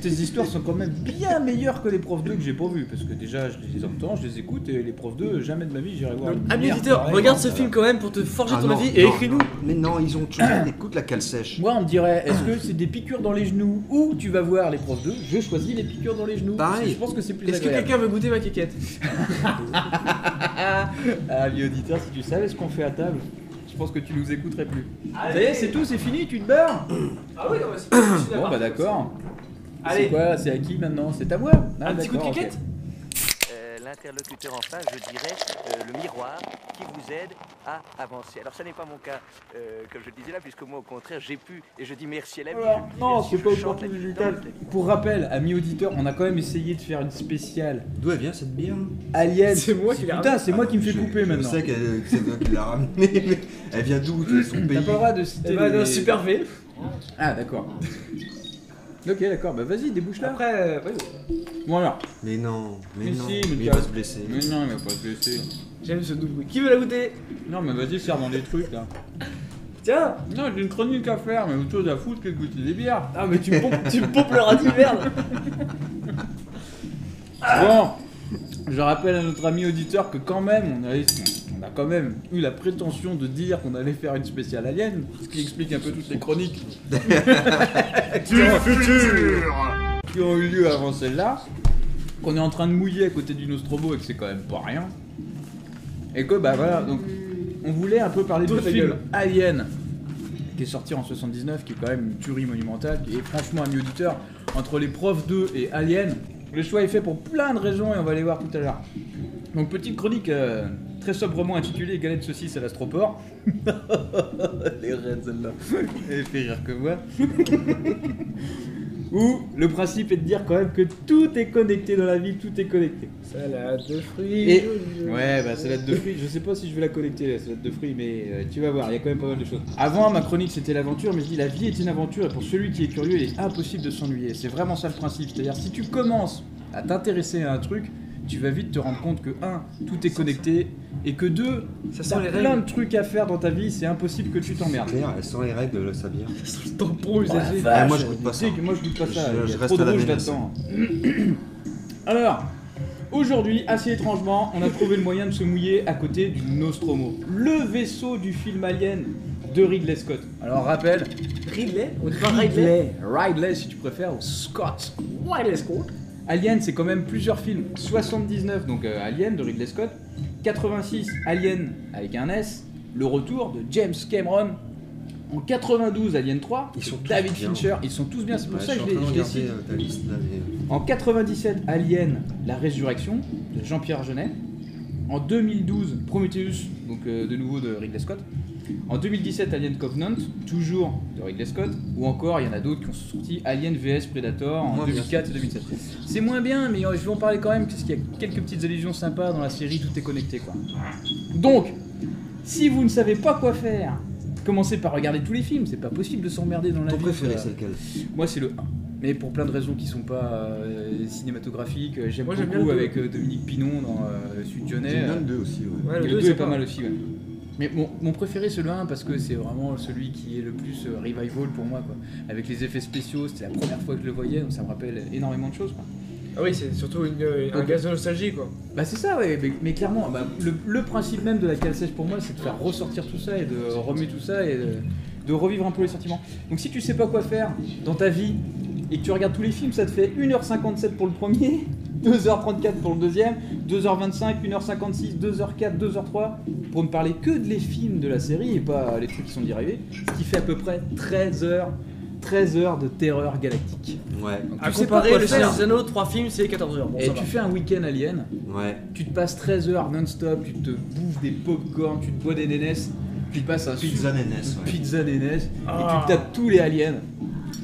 Speaker 3: Tes histoires sont quand même bien meilleures que les profs 2 que j'ai pas vu parce que déjà je les entends, je les écoute et les profs 2 jamais de ma vie j'irai voir.
Speaker 7: donc,
Speaker 3: une
Speaker 7: ami
Speaker 3: merde,
Speaker 7: auditeur,
Speaker 3: pareil.
Speaker 7: regarde ce film quand même pour te forger
Speaker 9: Ah
Speaker 7: ton
Speaker 9: non,
Speaker 7: avis et
Speaker 9: non,
Speaker 7: écris-nous.
Speaker 9: non. Mais non, ils ont tué. Écoute la cale sèche.
Speaker 3: Moi, on me dirait, est-ce que c'est des piqûres dans les genoux ou tu vas voir les profs 2 Je choisis les piqûres dans les genoux.
Speaker 9: Pareil.
Speaker 3: Parce que Je pense que c'est plus
Speaker 7: Est-ce que
Speaker 3: agréable.
Speaker 7: quelqu'un veut goûter ma quéquette
Speaker 3: Ah, vieux auditeur, si tu savais ce qu'on fait à table, je pense que tu nous écouterais plus. Ça y est, c'est tout, c'est fini, tu te barres
Speaker 7: Ah oui, non, mais c'est pas
Speaker 3: Bon, bah d'accord. C'est
Speaker 7: Allez,
Speaker 3: quoi C'est à qui maintenant C'est à moi Ah,
Speaker 7: un petit coup de
Speaker 3: d'accord, ok.
Speaker 7: quéquette
Speaker 5: Euh, L'interlocuteur en face, je dirais euh, le miroir qui vous aide à avancer. Alors, ça n'est pas mon cas, euh, comme je le disais là, puisque moi, au contraire, j'ai pu, et je dis merci
Speaker 7: Eh
Speaker 5: à la vie.
Speaker 7: ben,
Speaker 3: Alors,
Speaker 5: je dis
Speaker 3: non,
Speaker 5: merci,
Speaker 3: c'est
Speaker 5: je
Speaker 3: pas au
Speaker 5: chante
Speaker 3: portrait
Speaker 5: la vie,
Speaker 3: digital.
Speaker 5: danse la vie.
Speaker 3: Pour rappel, amis auditeurs, on a quand même essayé de faire une spéciale
Speaker 9: D'où elle vient cette bière
Speaker 3: Alien.
Speaker 7: C'est moi qui l'ai
Speaker 3: Putain, c'est moi qui me fais couper
Speaker 9: couper
Speaker 3: maintenant.
Speaker 9: Je sais qu'elle- que c'est toi qui l'as ramenée, mais elle vient d'où de son
Speaker 3: T'as
Speaker 9: pays
Speaker 3: pas le droit de citer.
Speaker 7: Eh bah,
Speaker 3: les-
Speaker 7: non, Super V.
Speaker 3: Ah, d'accord. ok, d'accord, bah vas-y, débouche-la.
Speaker 7: Après, euh, ouais,
Speaker 3: Bon, alors.
Speaker 9: Mais non, mais,
Speaker 3: Mais
Speaker 9: non,
Speaker 3: si, mais
Speaker 9: mais il
Speaker 3: t'as-
Speaker 9: va se blesser.
Speaker 3: Mais non, il va pas se blesser.
Speaker 7: j'aime ce double bruit. Qui veut la goûter
Speaker 3: Non, mais vas-y, faire dans des trucs là.
Speaker 7: Tiens
Speaker 3: Non, j'ai une chronique à faire, mais autre chose à foutre que de goûter des bières.
Speaker 7: Ah, mais tu me pompes, tu me pompes le radis, merde
Speaker 3: Bon, je rappelle à notre ami auditeur que quand même, on a, on a quand même eu la prétention de dire qu'on allait faire une spéciale alien, ce qui explique un peu toutes les chroniques
Speaker 6: Du futur
Speaker 3: qui ont eu lieu avant celle-là, qu'on est en train de mouiller à côté du Nostromo et que c'est quand même pas rien. Et que bah voilà, donc on voulait un peu parler du
Speaker 7: Toute la
Speaker 3: film
Speaker 7: gueule.
Speaker 3: Alien, qui est sorti en 79, qui est quand même une tuerie monumentale, qui est franchement un mi auditeur entre les profs 2 et Alien. Le choix est fait pour plein de raisons et on va les voir tout à l'heure. Donc petite chronique euh, très sobrement intitulée Galette saucisse à l'astroport. les raids celle-là. Elle fait rire que moi. Où le principe est de dire quand même que tout est connecté dans la vie, tout est connecté.
Speaker 7: Salade de fruits.
Speaker 3: Et... Ouais, bah salade de fruits, je sais pas si je vais la connecter la salade de fruits, mais euh, tu vas voir, il y a quand même pas mal de choses. Avant, ma chronique c'était l'aventure, mais je dis la vie est une aventure, et pour celui qui est curieux, il est impossible de s'ennuyer. C'est vraiment ça le principe, c'est-à-dire si tu commences à t'intéresser à un truc, tu vas vite te rendre compte que 1, tout est connecté, et que 2,
Speaker 7: Ça
Speaker 3: t'as
Speaker 7: sent les
Speaker 3: plein
Speaker 7: règles.
Speaker 3: de trucs à faire dans ta vie, c'est impossible que tu t'emmerdes.
Speaker 9: Claire, elle sent les règles de sa bière.
Speaker 7: Ça sent le tampon usagé.
Speaker 9: Ah, moi je goûte pas
Speaker 3: Tu
Speaker 9: ça.
Speaker 3: sais que moi je goûte pas ça,
Speaker 9: Je-
Speaker 3: il y
Speaker 9: je
Speaker 3: a
Speaker 9: reste
Speaker 3: trop de
Speaker 9: à la
Speaker 3: rouge
Speaker 9: mélasse.
Speaker 3: là-dedans. Alors, aujourd'hui, assez étrangement, on a trouvé le moyen de se mouiller à côté du Nostromo, le vaisseau du film Alien de Ridley Scott. Alors rappel,
Speaker 7: Ridley On dit pas Ridley
Speaker 3: Ridley si tu préfères, ou Scott.
Speaker 7: Ridley Scott.
Speaker 3: Alien, c'est quand même plusieurs films. 79, donc euh, Alien de Ridley Scott. 86, Alien avec un S. Le retour de James Cameron. En 92, Alien 3.
Speaker 9: Ils sont tous
Speaker 3: David
Speaker 9: bien. hein.
Speaker 3: Fincher. Ils sont tous bien, c'est pour
Speaker 9: Ouais,
Speaker 3: ça
Speaker 9: je
Speaker 3: que je
Speaker 9: suis
Speaker 3: les,
Speaker 9: en train de
Speaker 3: je les
Speaker 9: regarder,
Speaker 3: cite.
Speaker 9: euh, ta liste, là, mais-
Speaker 3: En 97, Alien, La Résurrection de Jean-Pierre Jeunet. En 2012, Prometheus, donc euh, de nouveau de Ridley Scott. En 2017, Alien Covenant, toujours de Ridley Scott. Ou encore, il y en a d'autres qui ont sorti Alien vs Predator en
Speaker 9: Moins bien.
Speaker 3: 2004 et 2007. C'est moins bien, mais euh, je vais en parler quand même, parce qu'il y a quelques petites allusions sympas dans la série Tout est connecté, quoi. Donc, si vous ne savez pas quoi faire, commencez par regarder tous les films. C'est pas possible de s'emmerder dans la
Speaker 9: Ton
Speaker 3: vie,
Speaker 9: préféré,
Speaker 3: quoi.
Speaker 9: c'est lequel
Speaker 3: Moi, c'est le 1. Mais pour plein de raisons qui sont pas euh, cinématographiques. Euh, J'aime
Speaker 7: Moi, j'aime
Speaker 3: beaucoup
Speaker 7: bien le deux.
Speaker 3: avec euh, Dominique Pinon dans euh, Sud
Speaker 9: J'ai
Speaker 3: Lyonnais.
Speaker 9: bien
Speaker 3: Euh,
Speaker 9: le 2 aussi, ouais.
Speaker 7: Ouais,
Speaker 3: et
Speaker 7: le
Speaker 3: le
Speaker 7: 2
Speaker 3: 2 est pas mal aussi, ouais. Mais mon, mon préféré, c'est le 1 parce que c'est vraiment celui qui est le plus euh, revival pour moi. Quoi. Avec les effets spéciaux, c'était la première fois que je le voyais, donc ça me rappelle énormément de choses. Quoi.
Speaker 7: Ah oui, c'est surtout une, euh, un
Speaker 3: Ok.
Speaker 7: gaz de nostalgie quoi.
Speaker 3: Bah c'est ça, ouais, mais, mais clairement, bah, le, le principe même de la cale sèche pour moi, c'est de faire ressortir tout ça et de remuer tout ça et de, de revivre un peu les sentiments. Donc si tu sais pas quoi faire dans ta vie et que tu regardes tous les films, ça te fait 1h57 pour le premier, 2h34 pour le deuxième, 2h25, 1h56, 2h04, 2h03, pour ne parler que de les films de la série et pas les trucs qui sont dérivés, ce qui fait à peu près 13 h 13 heures de terreur galactique.
Speaker 9: Ouais,
Speaker 3: Donc,
Speaker 7: À
Speaker 3: tu sais pas quoi
Speaker 7: comparer le
Speaker 3: faire.
Speaker 7: Seigneur des Anneaux, 3 films, c'est 14 heures. Bon,
Speaker 3: Et
Speaker 7: ça
Speaker 3: tu
Speaker 7: va.
Speaker 3: fais un week-end alien,
Speaker 9: ouais.
Speaker 3: tu te passes 13 heures non-stop, tu te bouffes des pop-corn, tu te bois des nénesses, tu passes un super
Speaker 9: Pizza Nénès, ouais.
Speaker 3: pizza nénesse, et
Speaker 7: Ah.
Speaker 3: tu tapes tous les aliens,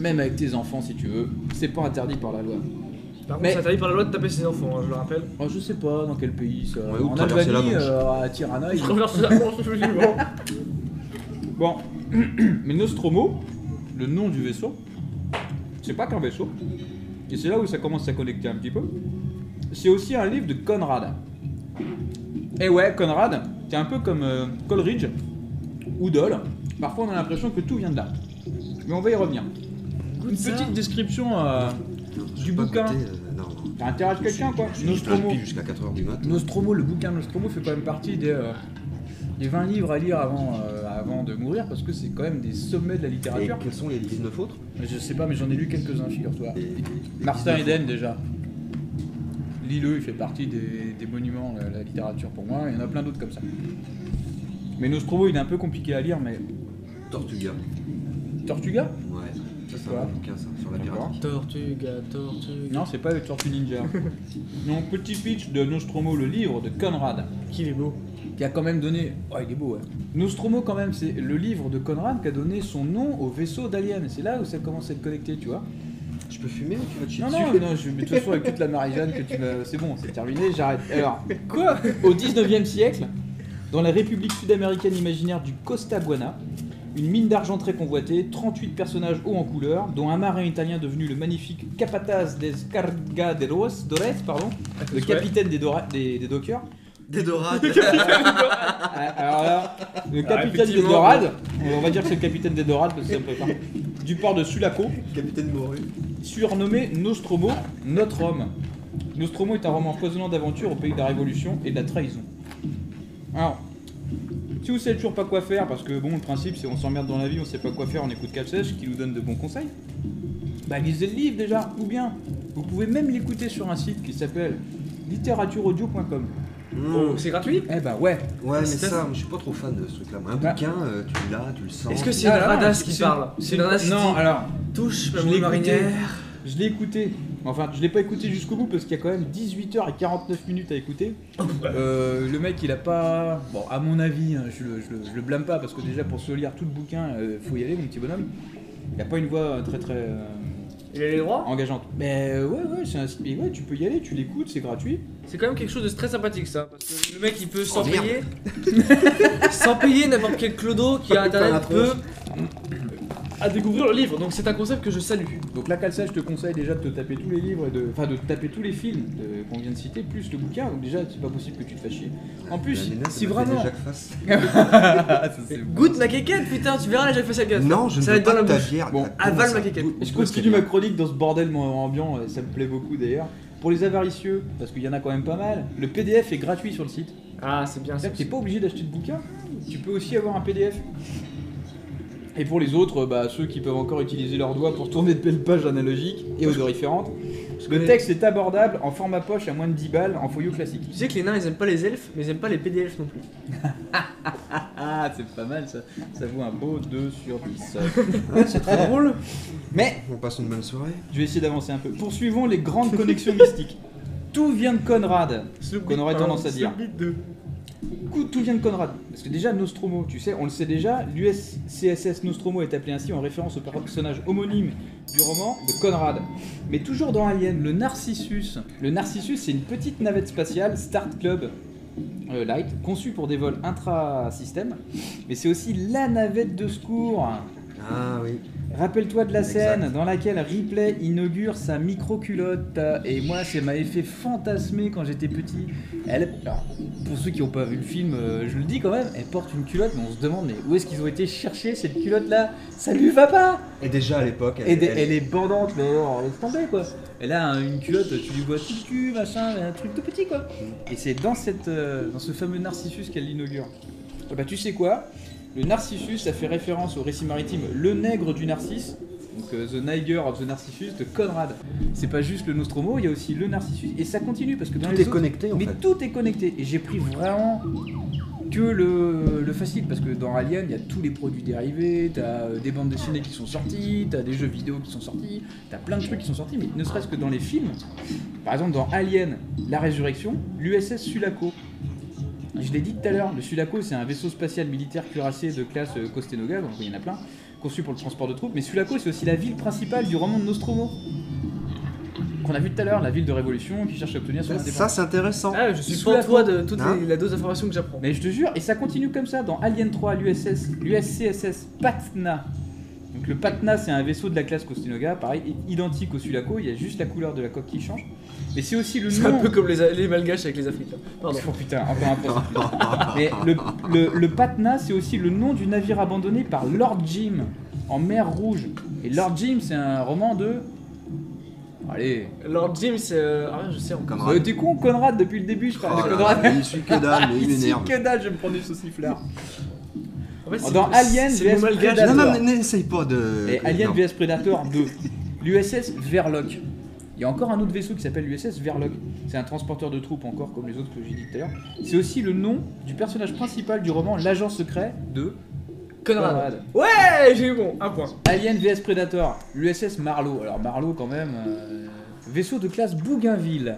Speaker 3: même avec tes enfants si tu veux. C'est pas interdit par la loi.
Speaker 7: Par contre,
Speaker 3: Mais-
Speaker 7: c'est interdit par la loi de taper ses enfants, hein, je le rappelle.
Speaker 3: Oh, je sais pas dans quel pays ça.
Speaker 9: Ouais, ou
Speaker 3: en
Speaker 9: traverser la
Speaker 3: Albanie,
Speaker 9: Manche.
Speaker 3: euh, à Tirana, ils-
Speaker 7: Je remercie la France, je suis bon.
Speaker 3: Bon, mais Nostromo, le nom du vaisseau, c'est pas qu'un vaisseau. Et c'est là où ça commence à connecter un petit peu. C'est aussi un livre de Conrad. Et ouais, Conrad, c'est un peu comme euh, Coleridge ou Doll. Parfois, on a l'impression que tout vient de là. Mais on va y revenir. Une
Speaker 7: ça.
Speaker 3: petite description euh, du bouquin.
Speaker 9: euh, non, non.
Speaker 3: T'as intérêt à quelqu'un quoi
Speaker 9: Je suis plein de
Speaker 3: Nostromo.
Speaker 9: pile jusqu'à 4h du mat.
Speaker 3: Nostromo, le bouquin Nostromo fait quand même partie des, euh, des 20 livres à lire avant, euh, avant de mourir parce que c'est quand même des sommets de la
Speaker 2: Et
Speaker 3: littérature.
Speaker 2: quels sont les 19 autres
Speaker 3: Mais je sais pas, mais j'en ai lu quelques-uns, figure-toi.
Speaker 9: Et- et-
Speaker 3: Martin
Speaker 9: et-
Speaker 3: Eden déjà. Lileux, il fait partie des, des monuments de la littérature pour moi. Il y en a plein d'autres comme ça. Mais Nostromo, il est un peu compliqué à lire, mais
Speaker 9: Tortuga.
Speaker 3: Tortuga
Speaker 9: Ouais. Ça, c'est
Speaker 3: Quoi
Speaker 9: un bon bouquin, ça, sur la
Speaker 3: D'accord.
Speaker 9: piraterie.
Speaker 7: Tortuga, tortuga.
Speaker 3: Non, c'est pas le Tortue Ninja. Donc, petit pitch de Nostromo, le livre de Conrad.
Speaker 7: Qu'il est beau.
Speaker 3: qui a quand même donné. Oh, il est beau, ouais. Nostromo, quand même, c'est le livre de Conrad qui a donné son nom au vaisseau d'Alien. Et C'est là où ça commence à être connecté, tu vois.
Speaker 9: Je peux fumer ou tu vas te chier
Speaker 3: Non,
Speaker 9: dessus
Speaker 3: non, non, je, mais de toute façon, avec toute la Marie-Jeanne que tu m'as. C'est bon, c'est terminé, j'arrête. Alors, quoi Au 19e siècle, dans la République sud-américaine imaginaire du Costa Guana, une mine d'argent très convoitée, 38 personnages hauts en couleur, dont un marin italien devenu le magnifique Capataz des Cargaderos, Dores, pardon, le capitaine des, Dora- des, des dockers.
Speaker 9: Des dorades.
Speaker 3: Ah, Alors là, le
Speaker 7: Alors,
Speaker 3: capitaine des
Speaker 7: effectivement,
Speaker 3: Dorades, on va dire que c'est le capitaine des Dorades parce que ça me prépare, du port de Sulaco,
Speaker 9: Capitaine Moru.
Speaker 3: surnommé Nostromo, notre homme. Nostromo est un roman empoisonnant d'aventure au pays de la Révolution et de la trahison. Alors, si vous savez toujours pas quoi faire, parce que bon, le principe c'est on s'emmerde dans la vie, on sait pas quoi faire, on écoute Cap Sèche qui nous donne de bons conseils, bah lisez le livre déjà, ou bien vous pouvez même l'écouter sur un site qui s'appelle littératuraudio.com.
Speaker 7: Oh, c'est gratuit
Speaker 3: Eh bah ouais,
Speaker 9: Ouais, mais
Speaker 7: ça,
Speaker 9: ça, moi, je suis pas trop fan de ce truc-là. moi. Un
Speaker 3: Bah.
Speaker 9: bouquin, euh, tu l'as, tu le sens.
Speaker 7: Est-ce que c'est
Speaker 3: Ah,
Speaker 7: une
Speaker 3: là,
Speaker 7: radasse
Speaker 3: c'est-
Speaker 7: qui
Speaker 3: c'est-
Speaker 7: parle C'est une radasse qui
Speaker 3: Non,
Speaker 7: dit
Speaker 3: alors,
Speaker 7: touche ma
Speaker 3: je l'ai écouté.
Speaker 7: marinière.
Speaker 3: Je l'ai écouté. Enfin, je l'ai pas écouté jusqu'au bout parce qu'il y a quand même 18h et 49 minutes à écouter.
Speaker 9: Oh,
Speaker 3: Euh, le mec, il a pas. Bon, à mon avis, hein, je, le, je le- je le blâme pas parce que déjà pour se lire tout le bouquin, euh, faut y aller, mon petit bonhomme. Il a pas une voix euh, très très euh,
Speaker 7: Il a les droits
Speaker 3: engageante. Mais euh, ouais, ouais, c'est un... mais ouais, tu peux y aller, tu l'écoutes, c'est gratuit.
Speaker 7: C'est quand même quelque chose de très sympathique ça. Parce que le mec il peut
Speaker 9: Oh,
Speaker 7: sans
Speaker 9: merde.
Speaker 7: payer. sans payer n'importe quel clodo qui a internet peut. à découvrir le livre. Donc c'est un concept que je salue.
Speaker 3: Donc là, Calça, je te conseille déjà de te taper tous les livres, et de... enfin de te taper tous les films de- qu'on vient de citer, plus le bouquin. Donc déjà, c'est pas possible que tu te fasses chier. En plus,
Speaker 9: La menace,
Speaker 3: si
Speaker 9: ça m'a fait
Speaker 3: vraiment.
Speaker 9: des Jacques Fass.
Speaker 3: Ah, ça, c'est bon.
Speaker 7: Goûte ma quéquette, putain, tu verras la Jacques Facile Gaz.
Speaker 9: Non, je ne
Speaker 7: Ça
Speaker 9: veux
Speaker 7: va être dans
Speaker 9: pas
Speaker 7: la
Speaker 9: de ta
Speaker 7: bouche.
Speaker 9: bière.
Speaker 3: Bon,
Speaker 9: Comment
Speaker 7: avale
Speaker 9: ça
Speaker 7: ma quéquette.
Speaker 9: Goûte-
Speaker 3: Je
Speaker 9: goûte
Speaker 3: continue ma
Speaker 9: cette
Speaker 3: chronique dans ce bordel moi, ambiant, euh, ça me plaît beaucoup d'ailleurs. Pour les avaricieux, parce qu'il y en a quand même pas mal, le PDF est gratuit sur le site.
Speaker 7: Ah, c'est bien ça.
Speaker 3: C'est-à-dire que t'es pas obligé d'acheter de bouquin, tu peux aussi avoir un PDF. Et pour les autres, bah, ceux qui peuvent encore utiliser leurs doigts pour tourner de belles pages analogiques et odoriférantes, le texte est abordable en format poche à moins de 10 balles en folio classique.
Speaker 7: Tu sais que les nains ils aiment pas les elfes, mais ils aiment pas les PDF non plus.
Speaker 3: Ah, c'est pas mal ça, ça vaut un beau 2 sur 10.
Speaker 7: C'est très drôle.
Speaker 3: Mais
Speaker 9: bière. On passe une bonne soirée.
Speaker 3: Je vais essayer d'avancer un peu. Poursuivons les grandes connexions mystiques. Tout vient de Conrad, qu'on aurait tendance à dire. Coup- Tout vient de Conrad. Parce que déjà, Nostromo, tu sais, on le sait déjà, l'USCSS Nostromo est appelé ainsi en référence au personnage homonyme du roman de Conrad. Mais toujours dans Alien, le Narcissus. Le Narcissus, c'est une petite navette spatiale Start Club euh, Light, conçue pour des vols intra-système. Mais c'est aussi la navette de secours.
Speaker 9: Ah oui.
Speaker 3: Rappelle-toi de la scène
Speaker 9: Exact.
Speaker 3: dans laquelle Ripley inaugure sa micro-culotte. Et moi, ça m'avait fait fantasmer quand j'étais petit. Elle, alors, pour ceux qui n'ont pas vu le film, euh, je le dis quand même, elle porte une culotte, mais on se demande mais où est-ce qu'ils ont été chercher cette culotte-là Ça lui va pas
Speaker 9: Et déjà à l'époque, elle,
Speaker 3: Et des-
Speaker 9: elle-
Speaker 3: elle, est bandante, mais alors, laisse tomber quoi Elle a un- une culotte, tu lui vois tout le cul, machin, un truc tout petit quoi Et c'est dans, cette, euh, dans ce fameux Narcissus qu'elle l'inaugure. Ah bah tu sais quoi le Narcissus, ça fait référence au récit maritime Le Nègre du Narcisse, donc euh, The Niger of the Narcissus de Conrad. C'est pas juste le Nostromo, il y a aussi le Narcissus, et ça continue parce que dans
Speaker 9: tout
Speaker 3: les
Speaker 9: est
Speaker 3: autres-
Speaker 9: connecté en
Speaker 3: Mais
Speaker 9: fait.
Speaker 3: tout est connecté, et j'ai pris vraiment que le, le facile, parce que dans Alien, il y a tous les produits dérivés, t'as euh, des bandes dessinées qui sont sorties, t'as des jeux vidéo qui sont sortis, t'as plein de trucs qui sont sortis, mais ne serait-ce que dans les films, par exemple dans Alien, La Résurrection, l'USS Sulaco. Je l'ai dit tout à l'heure, le Sulaco c'est un vaisseau spatial militaire cuirassé de classe euh, Costenoga, donc il y en a plein, conçu pour le transport de troupes, mais Sulaco c'est aussi la ville principale du roman de Nostromo. Qu'on a vu tout à l'heure, la ville de Révolution qui cherche à obtenir son indépendance.
Speaker 9: Ben, Ça, c'est intéressant.
Speaker 7: Ah, je suis
Speaker 3: Sous la
Speaker 7: pour toi de toute
Speaker 9: Hein
Speaker 7: les- la dose d'informations que j'apprends.
Speaker 3: Mais je te jure, et ça continue comme ça dans Alien 3, l'USS, l'USCSS Patna. Donc le Patna, c'est un vaisseau de la classe Costinoga, pareil, identique au Sulaco, il y a juste la couleur de la coque qui change. Mais c'est aussi le
Speaker 7: C'est un
Speaker 3: nom.
Speaker 7: peu comme les, les malgaches avec les africains. Pardon.
Speaker 3: Oh putain, encore un peu. Mais le, le- le Patna, c'est aussi le nom du navire abandonné par Lord Jim. en mer rouge. Et Lord Jim, c'est un roman de. Allez.
Speaker 7: Lord Jim, c'est. euh, Ah, je sais, on
Speaker 3: Bah, T'es con, Conrad, depuis le début, je parle
Speaker 9: Oh
Speaker 3: de
Speaker 9: là
Speaker 3: Conrad.
Speaker 9: là, Il suit que dalle, mais il
Speaker 3: Ici,
Speaker 9: m'énerve.
Speaker 3: que dalle, je vais me prendre du sauciflard.
Speaker 7: En fait, c'est-
Speaker 3: Oh, Dans
Speaker 7: c'est-
Speaker 3: Alien
Speaker 7: c'est le
Speaker 3: vs
Speaker 7: malgache.
Speaker 3: Predator.
Speaker 9: Non, non, mais n'essaye pas de.
Speaker 3: Et Alien
Speaker 9: Euh, non.
Speaker 3: vs Predator 2. L'USS Verloc. Il y a encore un autre vaisseau qui s'appelle l'USS Verloc. C'est un transporteur de troupes encore, comme les autres que j'ai dit tout à l'heure. C'est aussi le nom du personnage principal du roman L'agent secret de
Speaker 7: Conrad.
Speaker 3: Conrad.
Speaker 7: Ouais, j'ai eu bon, Ah, un point.
Speaker 3: Alien vs Predator, l'USS Marlowe. Alors Marlowe quand même, euh, vaisseau de classe Bougainville.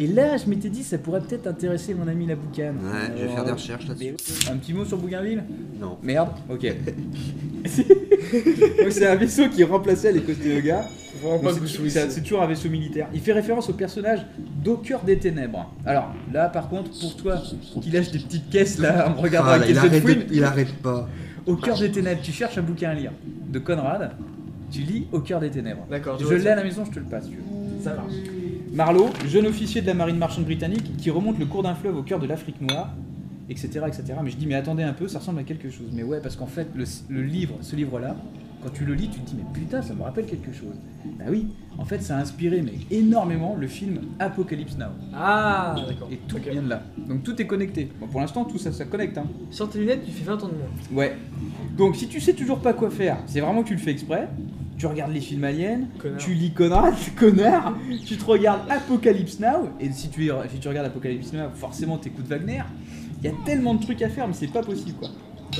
Speaker 3: Et là, je m'étais dit, ça pourrait peut-être intéresser mon ami la boucane.
Speaker 9: Ouais, je vais faire des recherches
Speaker 3: Mais-
Speaker 9: là-dessus.
Speaker 3: Un petit mot sur Bougainville
Speaker 9: Non.
Speaker 3: Merde, ok. Donc, c'est un vaisseau qui remplaçait les Costeoga.
Speaker 7: Vraiment
Speaker 3: Non,
Speaker 7: pas
Speaker 3: c'est-
Speaker 7: que je
Speaker 3: c'est- C'est toujours un vaisseau militaire. Il fait référence au personnage d'Au cœur des ténèbres. Alors là, par contre, pour toi qui lâche des petites caisses là en me regardant
Speaker 9: Ah,
Speaker 3: avec
Speaker 9: il,
Speaker 3: les yeux de
Speaker 9: arrête
Speaker 3: fouine,
Speaker 9: de- il arrête pas.
Speaker 3: Au cœur des ténèbres, tu cherches un bouquin à lire de Conrad, tu lis Au cœur des ténèbres.
Speaker 7: D'accord,
Speaker 3: Je
Speaker 7: vois
Speaker 3: l'ai
Speaker 7: ça.
Speaker 3: à la maison, je te le passe. si tu veux.
Speaker 7: Ça marche.
Speaker 3: Marlowe, jeune officier de la marine marchande britannique qui remonte le cours d'un fleuve au cœur de l'Afrique noire, etc., etc. Mais je dis, mais attendez un peu, ça ressemble à quelque chose. Mais ouais, parce qu'en fait, le, le livre, ce livre-là, quand tu le lis, tu te dis, mais putain, ça me rappelle quelque chose. Bah oui, en fait, ça a inspiré mais énormément le film Apocalypse Now.
Speaker 7: Ah, d'accord.
Speaker 3: Et tout
Speaker 7: Ok.
Speaker 3: vient de là. Donc tout est connecté. Bon, pour l'instant, tout ça, ça connecte. Hein.
Speaker 7: Sans tes lunettes, tu fais 20 ans de moins.
Speaker 3: Ouais. Donc si tu sais toujours pas quoi faire, c'est vraiment que tu le fais exprès. Tu regardes les films aliens,
Speaker 7: Connard.
Speaker 3: tu lis Conrad, connard, tu te regardes Apocalypse Now, et si tu, si tu regardes Apocalypse Now, forcément t'écoutes Wagner. Il y a tellement de trucs à faire, mais c'est pas possible quoi.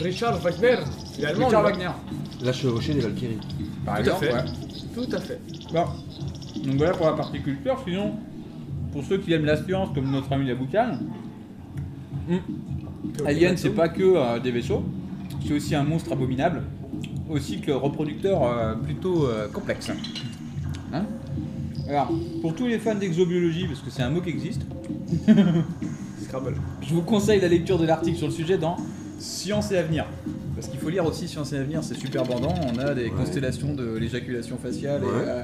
Speaker 7: Richard Wagner, il est allemand.
Speaker 3: Richard
Speaker 7: lui.
Speaker 3: Wagner.
Speaker 9: La chevauchée des Valkyries.
Speaker 3: Par
Speaker 7: Tout à fait. Tout à fait.
Speaker 3: Bon. Donc voilà pour la partie culture, sinon, pour ceux qui aiment la science, comme notre ami la boucane, Alien, c'est pas que euh, des vaisseaux, c'est aussi un monstre abominable, au cycle reproducteur euh, plutôt euh, complexe. Hein Alors, pour tous les fans d'exobiologie, parce que c'est un mot qui existe,
Speaker 7: Scrabble.
Speaker 3: je vous conseille la lecture de l'article sur le sujet dans Science et Avenir. Parce qu'il faut lire aussi Science et Avenir, c'est super bandant. On a des constellations de l'éjaculation faciale
Speaker 9: Ouais.
Speaker 3: et euh,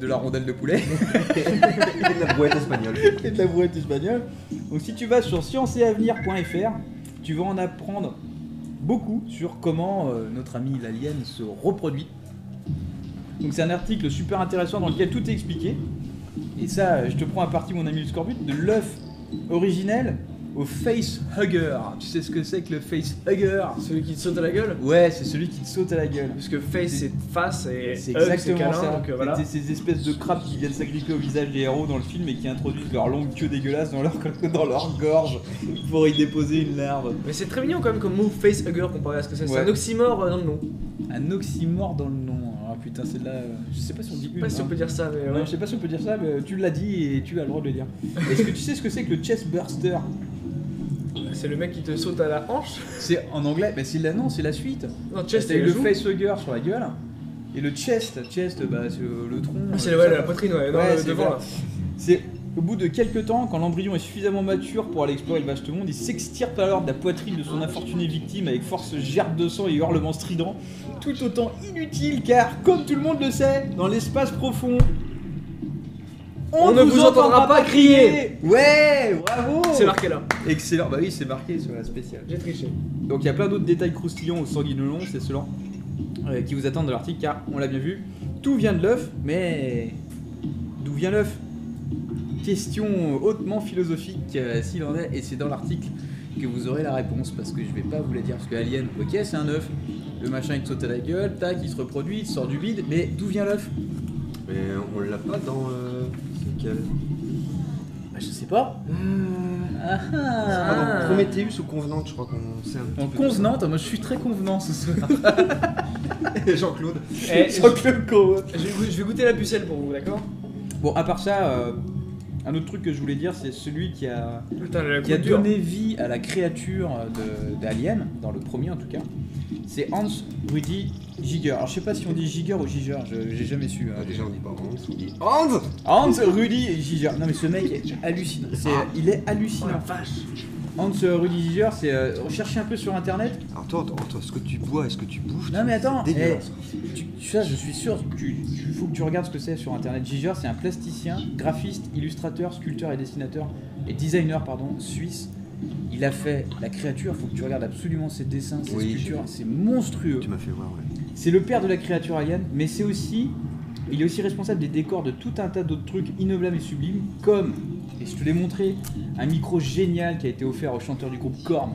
Speaker 3: de la rondelle de poulet.
Speaker 9: De la boîte espagnole.
Speaker 3: et de la brouette espagnole. Donc si tu vas sur scienceetavenir.fr, tu vas en apprendre beaucoup sur comment euh, notre ami l'alien se reproduit. Donc c'est un article super intéressant dans lequel tout est expliqué. Et ça, euh, je te prends à partie mon ami le scorbut, de l'œuf originel au face hugger. Tu sais ce que c'est que le face hugger
Speaker 7: Celui qui te saute à la gueule
Speaker 3: Ouais, c'est celui qui te saute à la gueule.
Speaker 7: Parce que face c'est face et
Speaker 3: C'est
Speaker 7: hug,
Speaker 3: exactement
Speaker 7: câlin,
Speaker 3: ça.
Speaker 7: donc, euh, voilà.
Speaker 3: C'est ces espèces de crabes qui viennent s'agripper au visage des héros dans le film et qui introduisent leur longue queue dégueulasse dans leur, dans leur gorge pour y déposer une larve.
Speaker 7: Mais c'est très mignon quand même comme mot face hugger comparé à ce que c'est. C'est
Speaker 3: Ouais.
Speaker 7: un oxymore euh, dans le nom.
Speaker 3: Un oxymore dans le nom. Ah putain, c'est là. euh, Je sais pas si on dit
Speaker 7: Je sais
Speaker 3: une.
Speaker 7: pas si on
Speaker 3: hein.
Speaker 7: peut dire ça, mais
Speaker 3: Ouais,
Speaker 7: ouais.
Speaker 3: je sais pas si on peut dire ça, mais euh, tu l'as dit et tu as le droit de le dire. Est-ce que tu sais ce que c'est que le chest burster
Speaker 7: c'est le mec qui te saute à la hanche.
Speaker 3: C'est en anglais, mais c'est la non, c'est la suite.
Speaker 7: Non, chest
Speaker 3: Chest,
Speaker 7: et
Speaker 3: le facehugger sur la gueule et le chest, chest, bah c'est le, le tronc.
Speaker 7: Ah, C'est
Speaker 3: euh,
Speaker 7: ouais,
Speaker 3: ça.
Speaker 7: la poitrine, ouais, non,
Speaker 3: Ouais,
Speaker 7: le
Speaker 3: c'est
Speaker 7: devant
Speaker 3: vrai.
Speaker 7: là.
Speaker 3: C'est au bout de quelques temps, quand l'embryon est suffisamment mature pour aller explorer le vaste monde, il s'extirpe alors de la poitrine de son infortunée victime avec force gerbe de sang et hurlements stridents, tout autant inutile car, comme tout le monde le sait, dans l'espace profond,
Speaker 7: On ne vous entendra pas crier.
Speaker 3: Ouais, bravo
Speaker 7: C'est marqué là.
Speaker 3: Excellent, bah oui, c'est marqué sur la spéciale.
Speaker 7: J'ai triché.
Speaker 3: Donc il y a plein d'autres détails croustillants au sanguinolon, c'est cela qui vous attendent dans l'article, car on l'a bien vu, tout vient de l'œuf, mais d'où vient l'œuf Question hautement philosophique euh, s'il en est, et c'est dans l'article que vous aurez la réponse, parce que je vais pas vous la dire, parce que Alien, ok, c'est un œuf, le machin il te saute à la gueule, tac, il se reproduit, il sort du vide, mais d'où vient l'œuf
Speaker 9: Mais on l'a pas dans. euh, c'est quel
Speaker 3: Bah je sais pas. Ah,
Speaker 9: Ah,
Speaker 3: ah.
Speaker 9: dans Prometheus ou Convenante, je crois qu'on sait un petit
Speaker 3: En
Speaker 9: peu.
Speaker 3: convenante, moi je suis très convenant ce soir.
Speaker 9: Jean-Claude.
Speaker 7: Eh, je,
Speaker 3: Jean-Claude Coe.
Speaker 7: je vais go- je vais goûter la pucelle pour vous, d'accord
Speaker 3: Bon, à part ça, euh, un autre truc que je voulais dire, c'est celui qui a,
Speaker 7: Putain, la
Speaker 3: qui a
Speaker 7: coupe dure.
Speaker 3: donné vie à la créature de- d'Alien, dans le premier en tout cas. C'est Hans Rudy Giger. Alors, je sais pas si on dit Giger ou Giger, je- j'ai jamais su. hein.
Speaker 9: Ah, déjà, on dit pas Hans, on dit Hans
Speaker 3: Hans Rudy Giger. Non, mais ce mec est hallucinant. C'est- il est
Speaker 7: Oh
Speaker 3: hallucinant. Hans Rudy Giger, c'est. euh, recherchez un peu sur internet.
Speaker 9: Alors, toi, attends, attends, est-ce que tu bois, est-ce que tu bouffes
Speaker 3: Non mais attends,
Speaker 9: C'est dégueulasse.
Speaker 3: eh, tu, tu- ça je suis sûr, tu, tu- faut que tu regardes ce que c'est sur internet. Giger c'est un plasticien, graphiste, illustrateur, sculpteur et dessinateur, et designer pardon, suisse. Il a fait la créature, faut que tu regardes absolument ses dessins, ses
Speaker 9: Oui,
Speaker 3: sculptures, c'est monstrueux.
Speaker 9: Tu m'as fait voir, ouais.
Speaker 3: C'est le père de la créature alien, mais c'est aussi. Il est aussi responsable des décors de tout un tas d'autres trucs innommables et sublimes, comme, et je te l'ai montré, un micro génial qui a été offert au chanteur du groupe Korn.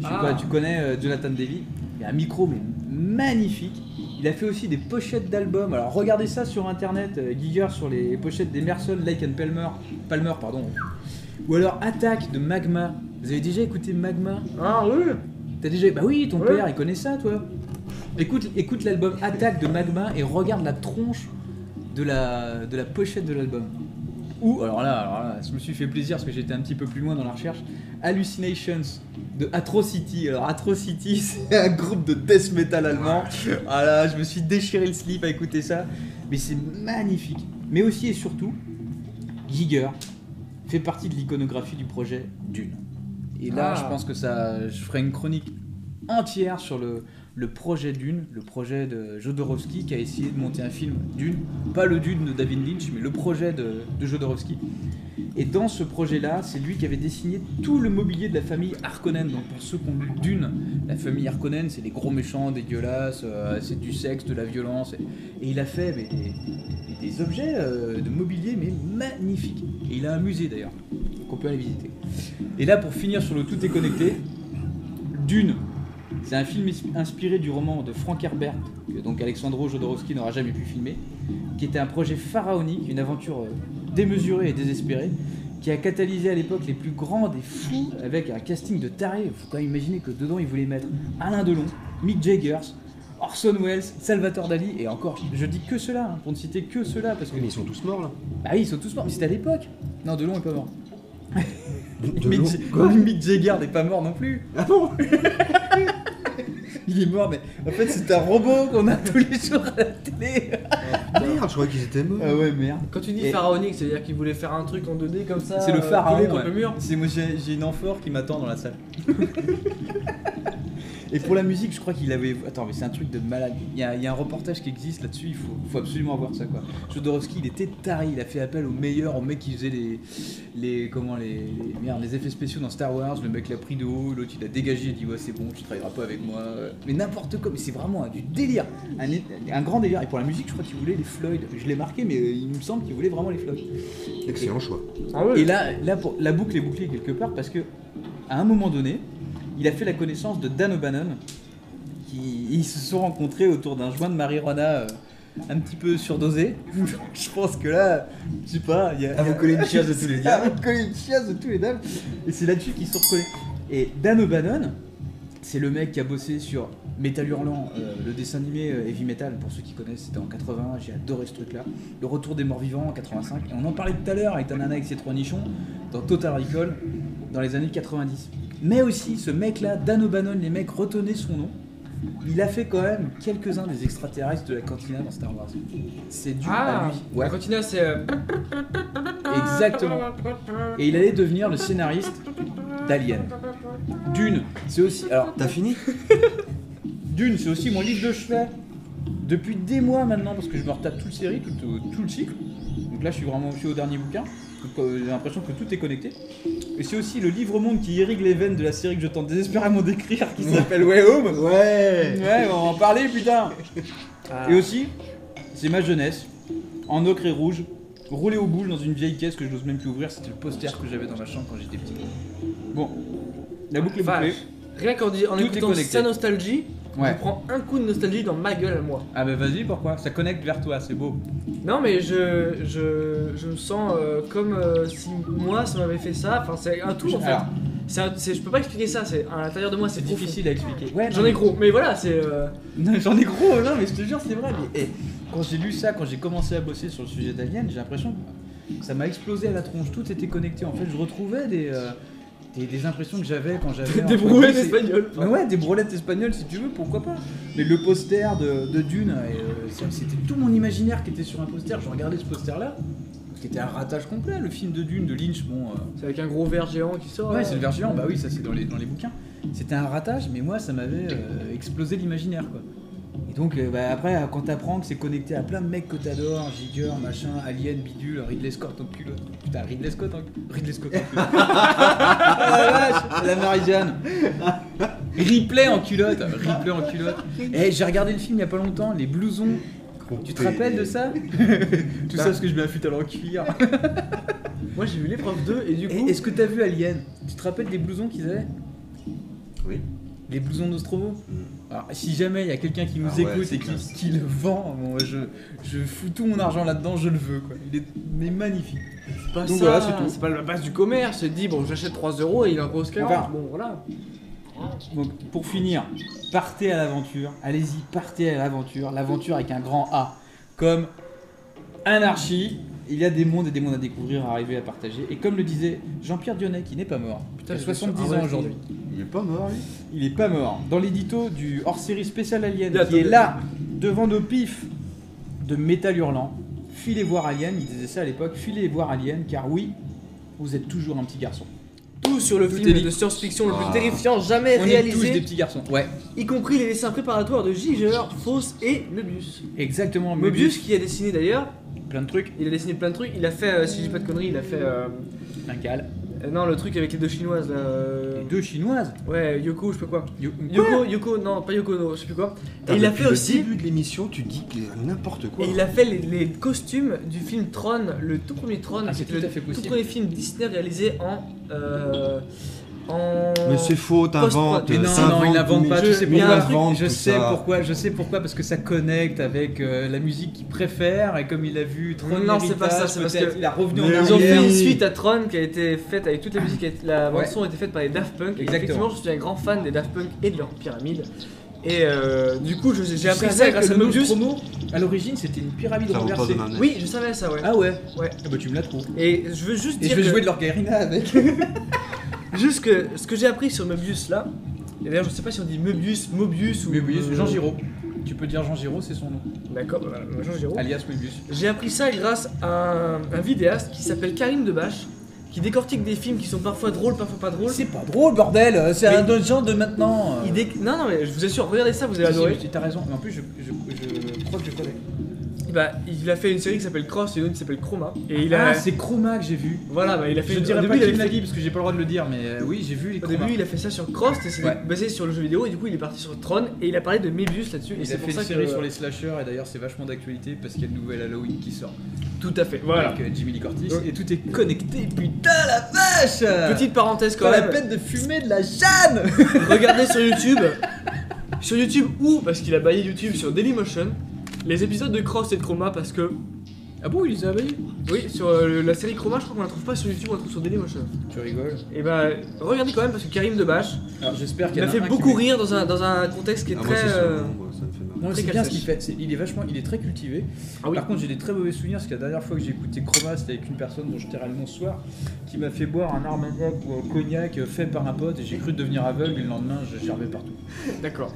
Speaker 3: Je sais
Speaker 7: Ah.
Speaker 3: pas, tu connais euh, Jonathan Davy Il a un micro mais magnifique. Il a fait aussi des pochettes d'albums. Alors regardez ça sur internet, euh, Giger sur les pochettes d'Emerson, Lake and Palmer. Palmer, pardon. Ou alors Attaque de Magma. Vous avez déjà écouté Magma
Speaker 7: Ah oui
Speaker 3: T'as déjà. Bah oui, ton
Speaker 7: Ouais.
Speaker 3: père, il connaît ça, toi. Écoute, écoute l'album Attaque de Magma et regarde la tronche de la, de la pochette de l'album. Ou, alors là, alors là, je me suis fait plaisir parce que j'étais un petit peu plus loin dans la recherche. Hallucinations de Atrocity. Alors, Atrocity, c'est un groupe de death metal allemand. Ah là, je me suis déchiré le slip à écouter ça. Mais c'est magnifique. Mais aussi et surtout, Giger fait partie de l'iconographie du projet Dune. Et là,
Speaker 7: Ah.
Speaker 3: je pense que ça, je ferai une chronique entière sur le, le projet Dune, le projet de Jodorowsky qui a essayé de monter un film Dune, pas le Dune de David Lynch, mais le projet de, de Jodorowsky. Et dans ce projet-là, c'est lui qui avait dessiné tout le mobilier de la famille Harkonnen. Donc pour ceux qui ont lu Dune, la famille Harkonnen, c'est les gros méchants, dégueulasses, euh, c'est du sexe, de la violence. Et, et il a fait mais, des, des objets euh, de mobilier mais magnifiques. Et il a un musée d'ailleurs qu'on peut aller visiter. Et là, pour finir sur le tout est connecté, Dune, c'est un film is- inspiré du roman de Frank Herbert, que donc Alexandro Jodorowsky n'aura jamais pu filmer, qui était un projet pharaonique, une aventure euh, démesurée et désespérée, qui a catalysé à l'époque les plus grands des fous avec un casting de tarés. Faut quand même imaginer que dedans ils voulaient mettre Alain Delon, Mick Jaggers, Orson Welles, Salvatore Dali, et encore, je dis que cela, hein, pour ne citer que cela, parce que.
Speaker 2: Mais ils sont tous morts là.
Speaker 3: Bah oui, ils sont tous morts, mais c'était à l'époque. Non, Delon est pas mort.
Speaker 2: Delon,
Speaker 3: Mick, Ja- Mick Jagger n'est pas mort non plus. Ah bon Il est mort, mais en fait, c'est un robot qu'on a tous les jours à la télé.
Speaker 9: Ah Merde, je croyais qu'ils étaient morts.
Speaker 3: Ah ouais, merde.
Speaker 7: Quand tu dis
Speaker 3: Et-
Speaker 7: pharaonique, c'est-à-dire qu'il voulait faire un truc en 2D comme ça.
Speaker 3: C'est le
Speaker 7: euh,
Speaker 3: pharaon.
Speaker 7: collé contre le
Speaker 3: ouais.
Speaker 7: mur.
Speaker 3: C'est moi, j'ai j'ai une amphore qui m'attend dans la salle. Et pour la musique, je crois qu'il avait. Attends, mais c'est un truc de malade. Il y, a, il y a un reportage qui existe là-dessus. Il faut, faut absolument voir ça, quoi. Jodorowsky, il était taré. Il a fait appel au meilleur, au mec qui faisait les, les comment les, les- merde, les effets spéciaux dans Star Wars. Le mec l'a pris de haut. L'autre, il a dégagé. Il a dit ouais, c'est bon, tu travailleras pas avec moi. Mais n'importe quoi. Mais c'est vraiment hein, du délire, un, é- un grand délire. Et pour la musique, je crois qu'il voulait les Floyd. Je l'ai marqué, mais euh, il me semble qu'il voulait vraiment les Floyd.
Speaker 9: Excellent choix.
Speaker 7: Ah ouais.
Speaker 3: Et là, là pour, la boucle est bouclée quelque part parce que à un moment donné, il a fait la connaissance de Dan O'Bannon. Qui, ils se sont rencontrés autour d'un joint de marijuana euh, un petit peu surdosé. Donc, Je pense que là, je sais pas, il y a.
Speaker 9: Ah, vous collez une chiasse de tous les
Speaker 3: Ah,
Speaker 9: diables.
Speaker 3: vous collez une chiasse de tous les dames. Et c'est là-dessus qu'ils sont recollés. Et Dan O'Bannon, c'est le mec qui a bossé sur Metal Hurlant, euh, le dessin animé euh, Heavy Metal, pour ceux qui connaissent, c'était en 80, j'ai adoré ce truc-là. Le Retour des Morts Vivants en 85, et on en parlait tout à l'heure avec un nana avec ses trois nichons, dans Total Recall, dans les années 90. Mais aussi, ce mec-là, Dan O'Bannon, les mecs, retenez son nom, il a fait quand même quelques-uns des extraterrestres de la cantina dans Star Wars. C'est dû à
Speaker 7: Ah,
Speaker 3: lui.
Speaker 7: la cantina c'est. euh,
Speaker 3: Exactement. Et il allait devenir le scénariste d'Alien. Dune, c'est aussi. Alors,
Speaker 9: T'as fini
Speaker 3: Dune, c'est aussi mon livre de chevet. Depuis des mois maintenant, parce que je me retape toute série, tout, euh, tout le cycle. Donc là, je suis vraiment aussi au dernier bouquin. Donc, euh, J'ai l'impression que tout est connecté. Et c'est aussi le livre-monde qui irrigue les veines de la série que je tente désespérément d'écrire, qui s'appelle Way Home.
Speaker 9: Ouais
Speaker 3: Ouais, on va en parler, putain.
Speaker 7: ah.
Speaker 3: Et aussi, c'est ma jeunesse, en ocre et rouge, roulée aux boules dans une vieille caisse que je n'ose même plus ouvrir. C'était le poster que j'avais dans ma chambre quand j'étais petit. Bon, la boucle est bouclée.
Speaker 7: Vache. Rien qu'en dis- en
Speaker 3: Tout est
Speaker 7: écoutant
Speaker 3: connecté.
Speaker 7: sa nostalgie,
Speaker 3: Ouais.
Speaker 7: je prends un coup de nostalgie dans ma gueule à moi.
Speaker 3: Ah bah vas-y, pourquoi Ça connecte vers toi, c'est beau.
Speaker 7: Non mais je, je, je me sens euh, comme euh, si moi ça m'avait fait ça. Enfin c'est un tout en fait.
Speaker 3: Alors,
Speaker 7: C'est un- c'est- je peux pas expliquer ça. C'est à l'intérieur de moi c'est
Speaker 3: c'est
Speaker 7: profond.
Speaker 3: difficile à expliquer. Ouais,
Speaker 7: J'en ai gros. Mais voilà c'est. euh,
Speaker 3: Non, mais j'en ai gros, non, mais je te jure, c'est vrai. Mais, eh, quand j'ai lu ça, quand j'ai commencé à bosser sur le sujet d'Alien, j'ai l'impression que ça m'a explosé à la tronche. Tout était connecté. En fait, je retrouvais des, euh, des, des impressions que j'avais quand j'avais.
Speaker 7: Des
Speaker 3: entre
Speaker 7: brouettes
Speaker 3: dix et-
Speaker 7: espagnoles.
Speaker 3: Mais ouais, des brolettes espagnoles si tu veux, pourquoi pas. Mais le poster de, de Dune, euh, c'est- c'était tout mon imaginaire qui était sur un poster. Je regardais ce poster-là, qui était un ratage complet. Le film de Dune de Lynch, bon. euh,
Speaker 7: C'est avec un gros verre géant qui sort. euh,
Speaker 3: Ouais,
Speaker 7: là.
Speaker 3: c'est le vergiant, bah oui, ça c'est dans les, dans les bouquins. C'était un ratage, mais moi ça m'avait euh, explosé l'imaginaire quoi. Et donc euh, bah, après, euh, quand t'apprends que c'est connecté à plein de mecs que t'adores, Giger, machin, Alien, Bidule, Ridley Scott en culotte. Putain, Ridley Scott en culotte. Ridley Scott en culotte. Ah, la vache, la Marie-Jeanne. Ripley en culotte. Ripley en culotte. Eh, j'ai regardé le film il y a pas longtemps, les blousons. Tu te rappelles de ça Tout ça parce que je mets un futal en cuir.
Speaker 7: Moi j'ai vu l'épreuve 2 et du
Speaker 3: Et
Speaker 7: coup.
Speaker 3: Est-ce que t'as vu Alien Tu te rappelles des blousons qu'ils avaient
Speaker 9: Oui. Mm.
Speaker 3: Les blousons Nostromo Alors, si jamais il y a quelqu'un qui nous
Speaker 9: Ah ouais,
Speaker 3: écoute
Speaker 9: c'est
Speaker 3: et qui,
Speaker 9: classe.
Speaker 3: qui le vend, bon, je, je fous tout mon argent là-dedans, je le veux. Quoi. Il est, il est magnifique.
Speaker 7: c'est pas
Speaker 2: Donc
Speaker 7: ça,
Speaker 2: voilà, c'est tout.
Speaker 7: pas la base du commerce. C'est dit, bon, j'achète 3 euros et il en grosse 40.
Speaker 3: Enfin.
Speaker 7: Bon, voilà.
Speaker 3: Donc, pour finir, partez à l'aventure. Allez-y, partez à l'aventure. L'aventure avec un grand A. Comme anarchie, il y a des mondes et des mondes à découvrir, à arriver, à partager. Et comme le disait Jean-Pierre Dionnet, qui n'est pas mort,
Speaker 7: Putain,
Speaker 3: il a
Speaker 7: j'ai
Speaker 3: 70
Speaker 7: fait ça.
Speaker 3: ans aujourd'hui.
Speaker 9: Il est pas mort, lui
Speaker 3: Il est pas mort. Dans l'édito du hors-série spécial Alien,
Speaker 7: Là,
Speaker 3: qui est
Speaker 7: attendez.
Speaker 3: là, devant nos pifs de métal hurlant, filez voir Alien, il disait ça à l'époque, filez voir Alien, car oui, vous êtes toujours un petit garçon.
Speaker 7: Tout sur le
Speaker 3: Tout est
Speaker 7: film
Speaker 3: dit.
Speaker 7: de science-fiction le plus
Speaker 9: Ah.
Speaker 7: terrifiant jamais
Speaker 3: On est tous des
Speaker 7: réalisé,
Speaker 3: petits garçons. Ouais,
Speaker 7: y compris les dessins préparatoires de J. Gellert, Fauss et Möbius.
Speaker 3: exactement.
Speaker 7: Möbius qui a dessiné d'ailleurs,
Speaker 3: plein de trucs.
Speaker 7: il a dessiné plein de trucs, il a fait, euh, si je dis pas de conneries, il a fait. euh,
Speaker 3: Un cal.
Speaker 7: euh, non, le truc avec les deux chinoises là. euh,
Speaker 3: Les deux chinoises.
Speaker 7: Ouais, Yoko, je sais pas quoi.
Speaker 3: Yo-
Speaker 7: Yoko, Yoko, non, pas Yoko, no, je sais plus quoi. Et il a fait
Speaker 9: Au
Speaker 7: aussi.
Speaker 9: début de l'émission, tu dis que n'importe quoi.
Speaker 7: Et il a fait les, les costumes du film Tron, le tout premier Tron,
Speaker 3: Ah, c'est
Speaker 7: qui est
Speaker 3: tout à
Speaker 7: le
Speaker 3: fait possible.
Speaker 7: tout premier film Disney réalisé en. euh, en...
Speaker 9: Mais c'est faux, t'inventes.
Speaker 2: Euh,
Speaker 3: Mais non, non,
Speaker 9: t'inventes,
Speaker 3: il l'invente
Speaker 9: mais-
Speaker 3: pas,
Speaker 7: je-
Speaker 3: tu sais
Speaker 9: mais
Speaker 7: il y a un
Speaker 3: pourquoi.
Speaker 7: truc,
Speaker 9: invente
Speaker 3: je
Speaker 9: tout
Speaker 3: sais
Speaker 9: ça. Ah,
Speaker 3: pourquoi, je sais pourquoi, parce que ça connecte avec euh, la musique qu'il préfère, et comme il a vu Tron
Speaker 7: Non, c'est pas ça,
Speaker 3: Héritage,
Speaker 7: c'est parce
Speaker 3: peut-être,
Speaker 7: que-
Speaker 3: il a revenu en
Speaker 9: Mais
Speaker 7: Ils ont
Speaker 9: oui.
Speaker 3: arrière.
Speaker 7: fait une suite à Tron qui a été faite avec toute la musique, qui a été- la
Speaker 3: Ouais.
Speaker 7: bande son a été faite par les Daft Punk. Et
Speaker 3: Exactement.
Speaker 7: Effectivement, je suis un grand fan des Daft Punk et de leur pyramide. Et euh, du coup, je- j'ai
Speaker 3: Tu
Speaker 7: appris ça
Speaker 3: savais
Speaker 7: grâce
Speaker 3: que
Speaker 7: à
Speaker 3: le
Speaker 7: Mobius.
Speaker 3: Nostromo, à l'origine, c'était une pyramide
Speaker 9: Ça vaut pas
Speaker 3: renversée.
Speaker 9: de main.
Speaker 7: Oui, je savais ça, ouais.
Speaker 3: Ah ouais
Speaker 7: Ouais.
Speaker 3: Ah bah tu me la trouves. Ah,
Speaker 7: Et je veux juste
Speaker 3: Et
Speaker 7: dire
Speaker 3: je vais
Speaker 7: que-
Speaker 3: jouer de l'orgarina avec.
Speaker 7: juste que ce que j'ai appris sur Mobius là, et d'ailleurs, je sais pas si on dit Mobius, Mobius ou
Speaker 3: Mobius,
Speaker 7: euh,
Speaker 3: Jean Giraud. Tu peux dire Jean Giraud, c'est son nom.
Speaker 7: D'accord, bah, voilà, Jean Giraud.
Speaker 3: Alias Mobius.
Speaker 7: J'ai appris ça grâce à un, un vidéaste qui s'appelle Karim Debache, qui décortique des films qui sont parfois drôles, parfois pas drôles.
Speaker 3: C'est pas drôle, bordel C'est
Speaker 7: Mais-
Speaker 3: un autre genre de maintenant
Speaker 7: Il dé- Non, non, mais je vous assure, regardez ça, vous
Speaker 3: Si,
Speaker 7: allez
Speaker 3: si,
Speaker 7: adorer.
Speaker 3: mais T'as raison, mais en plus je, je, je crois que je connais.
Speaker 7: Bah, il a fait une série qui s'appelle Cross et une autre qui s'appelle Chroma. Et il a.
Speaker 3: Ah, c'est Chroma que j'ai vu.
Speaker 7: voilà, bah, il a fait.
Speaker 3: Je
Speaker 7: au
Speaker 3: dirais
Speaker 7: début,
Speaker 3: pas
Speaker 7: il
Speaker 3: qui
Speaker 7: avait
Speaker 3: me l'a
Speaker 7: fait-
Speaker 3: dit parce que j'ai pas le droit de le dire, mais euh, oui, j'ai vu les
Speaker 7: Au
Speaker 3: Chroma.
Speaker 7: début, il a fait ça sur Cross, et c'est
Speaker 3: Ouais.
Speaker 7: basé sur le jeu vidéo, et du coup, il est parti sur Tron, et il a parlé de Mebius là-dessus. Et
Speaker 3: Il
Speaker 7: c'est
Speaker 3: a
Speaker 7: pour
Speaker 3: fait
Speaker 7: ça
Speaker 3: une série
Speaker 7: que...
Speaker 3: sur les slashers et d'ailleurs c'est vachement d'actualité parce qu'il y a une nouvelle Halloween qui sort
Speaker 7: Tout à fait, voilà.
Speaker 3: avec euh, Jimmy Lee Curtis
Speaker 7: Donc-
Speaker 3: et tout est connecté. Putain la vache
Speaker 7: Petite parenthèse quand
Speaker 3: Pas la
Speaker 7: même.
Speaker 3: peine de fumer de la Jeanne
Speaker 7: Regardez sur YouTube. sur YouTube ou, parce qu'il a baillé YouTube sur Dailymotion, les épisodes de Cross et de Chroma parce que.
Speaker 3: Ah bon, il les a avalés
Speaker 7: Oui, sur euh, la série Chroma, je crois qu'on la trouve pas sur YouTube, on la trouve sur Dailymotion.
Speaker 3: Tu rigoles
Speaker 7: Et bah, regardez quand même parce que Karim Debache,
Speaker 3: Alors j'espère qu'il
Speaker 7: il
Speaker 3: y
Speaker 7: m'a
Speaker 3: en a
Speaker 7: fait
Speaker 3: un qui
Speaker 7: beaucoup
Speaker 3: met-
Speaker 7: rire dans un, dans un contexte qui est
Speaker 9: Ah, moi,
Speaker 7: très.
Speaker 9: c'est
Speaker 7: euh,
Speaker 9: son nom, moi, ça me fait marrer.
Speaker 3: Non, mais c'est
Speaker 7: Très
Speaker 3: bien ce
Speaker 7: casse-sèche.
Speaker 3: qu'il fait. C'est- il est vachement, il est très cultivé.
Speaker 7: Ah oui.
Speaker 3: Par contre, j'ai des très mauvais souvenirs parce que la dernière fois que j'ai écouté Chroma, c'était avec une personne dont je tairai le nom ce soir, qui m'a fait boire un armagnac ou un cognac euh, fait par un pote et j'ai cru devenir aveugle. Et le lendemain, je gervais partout.
Speaker 7: D'accord.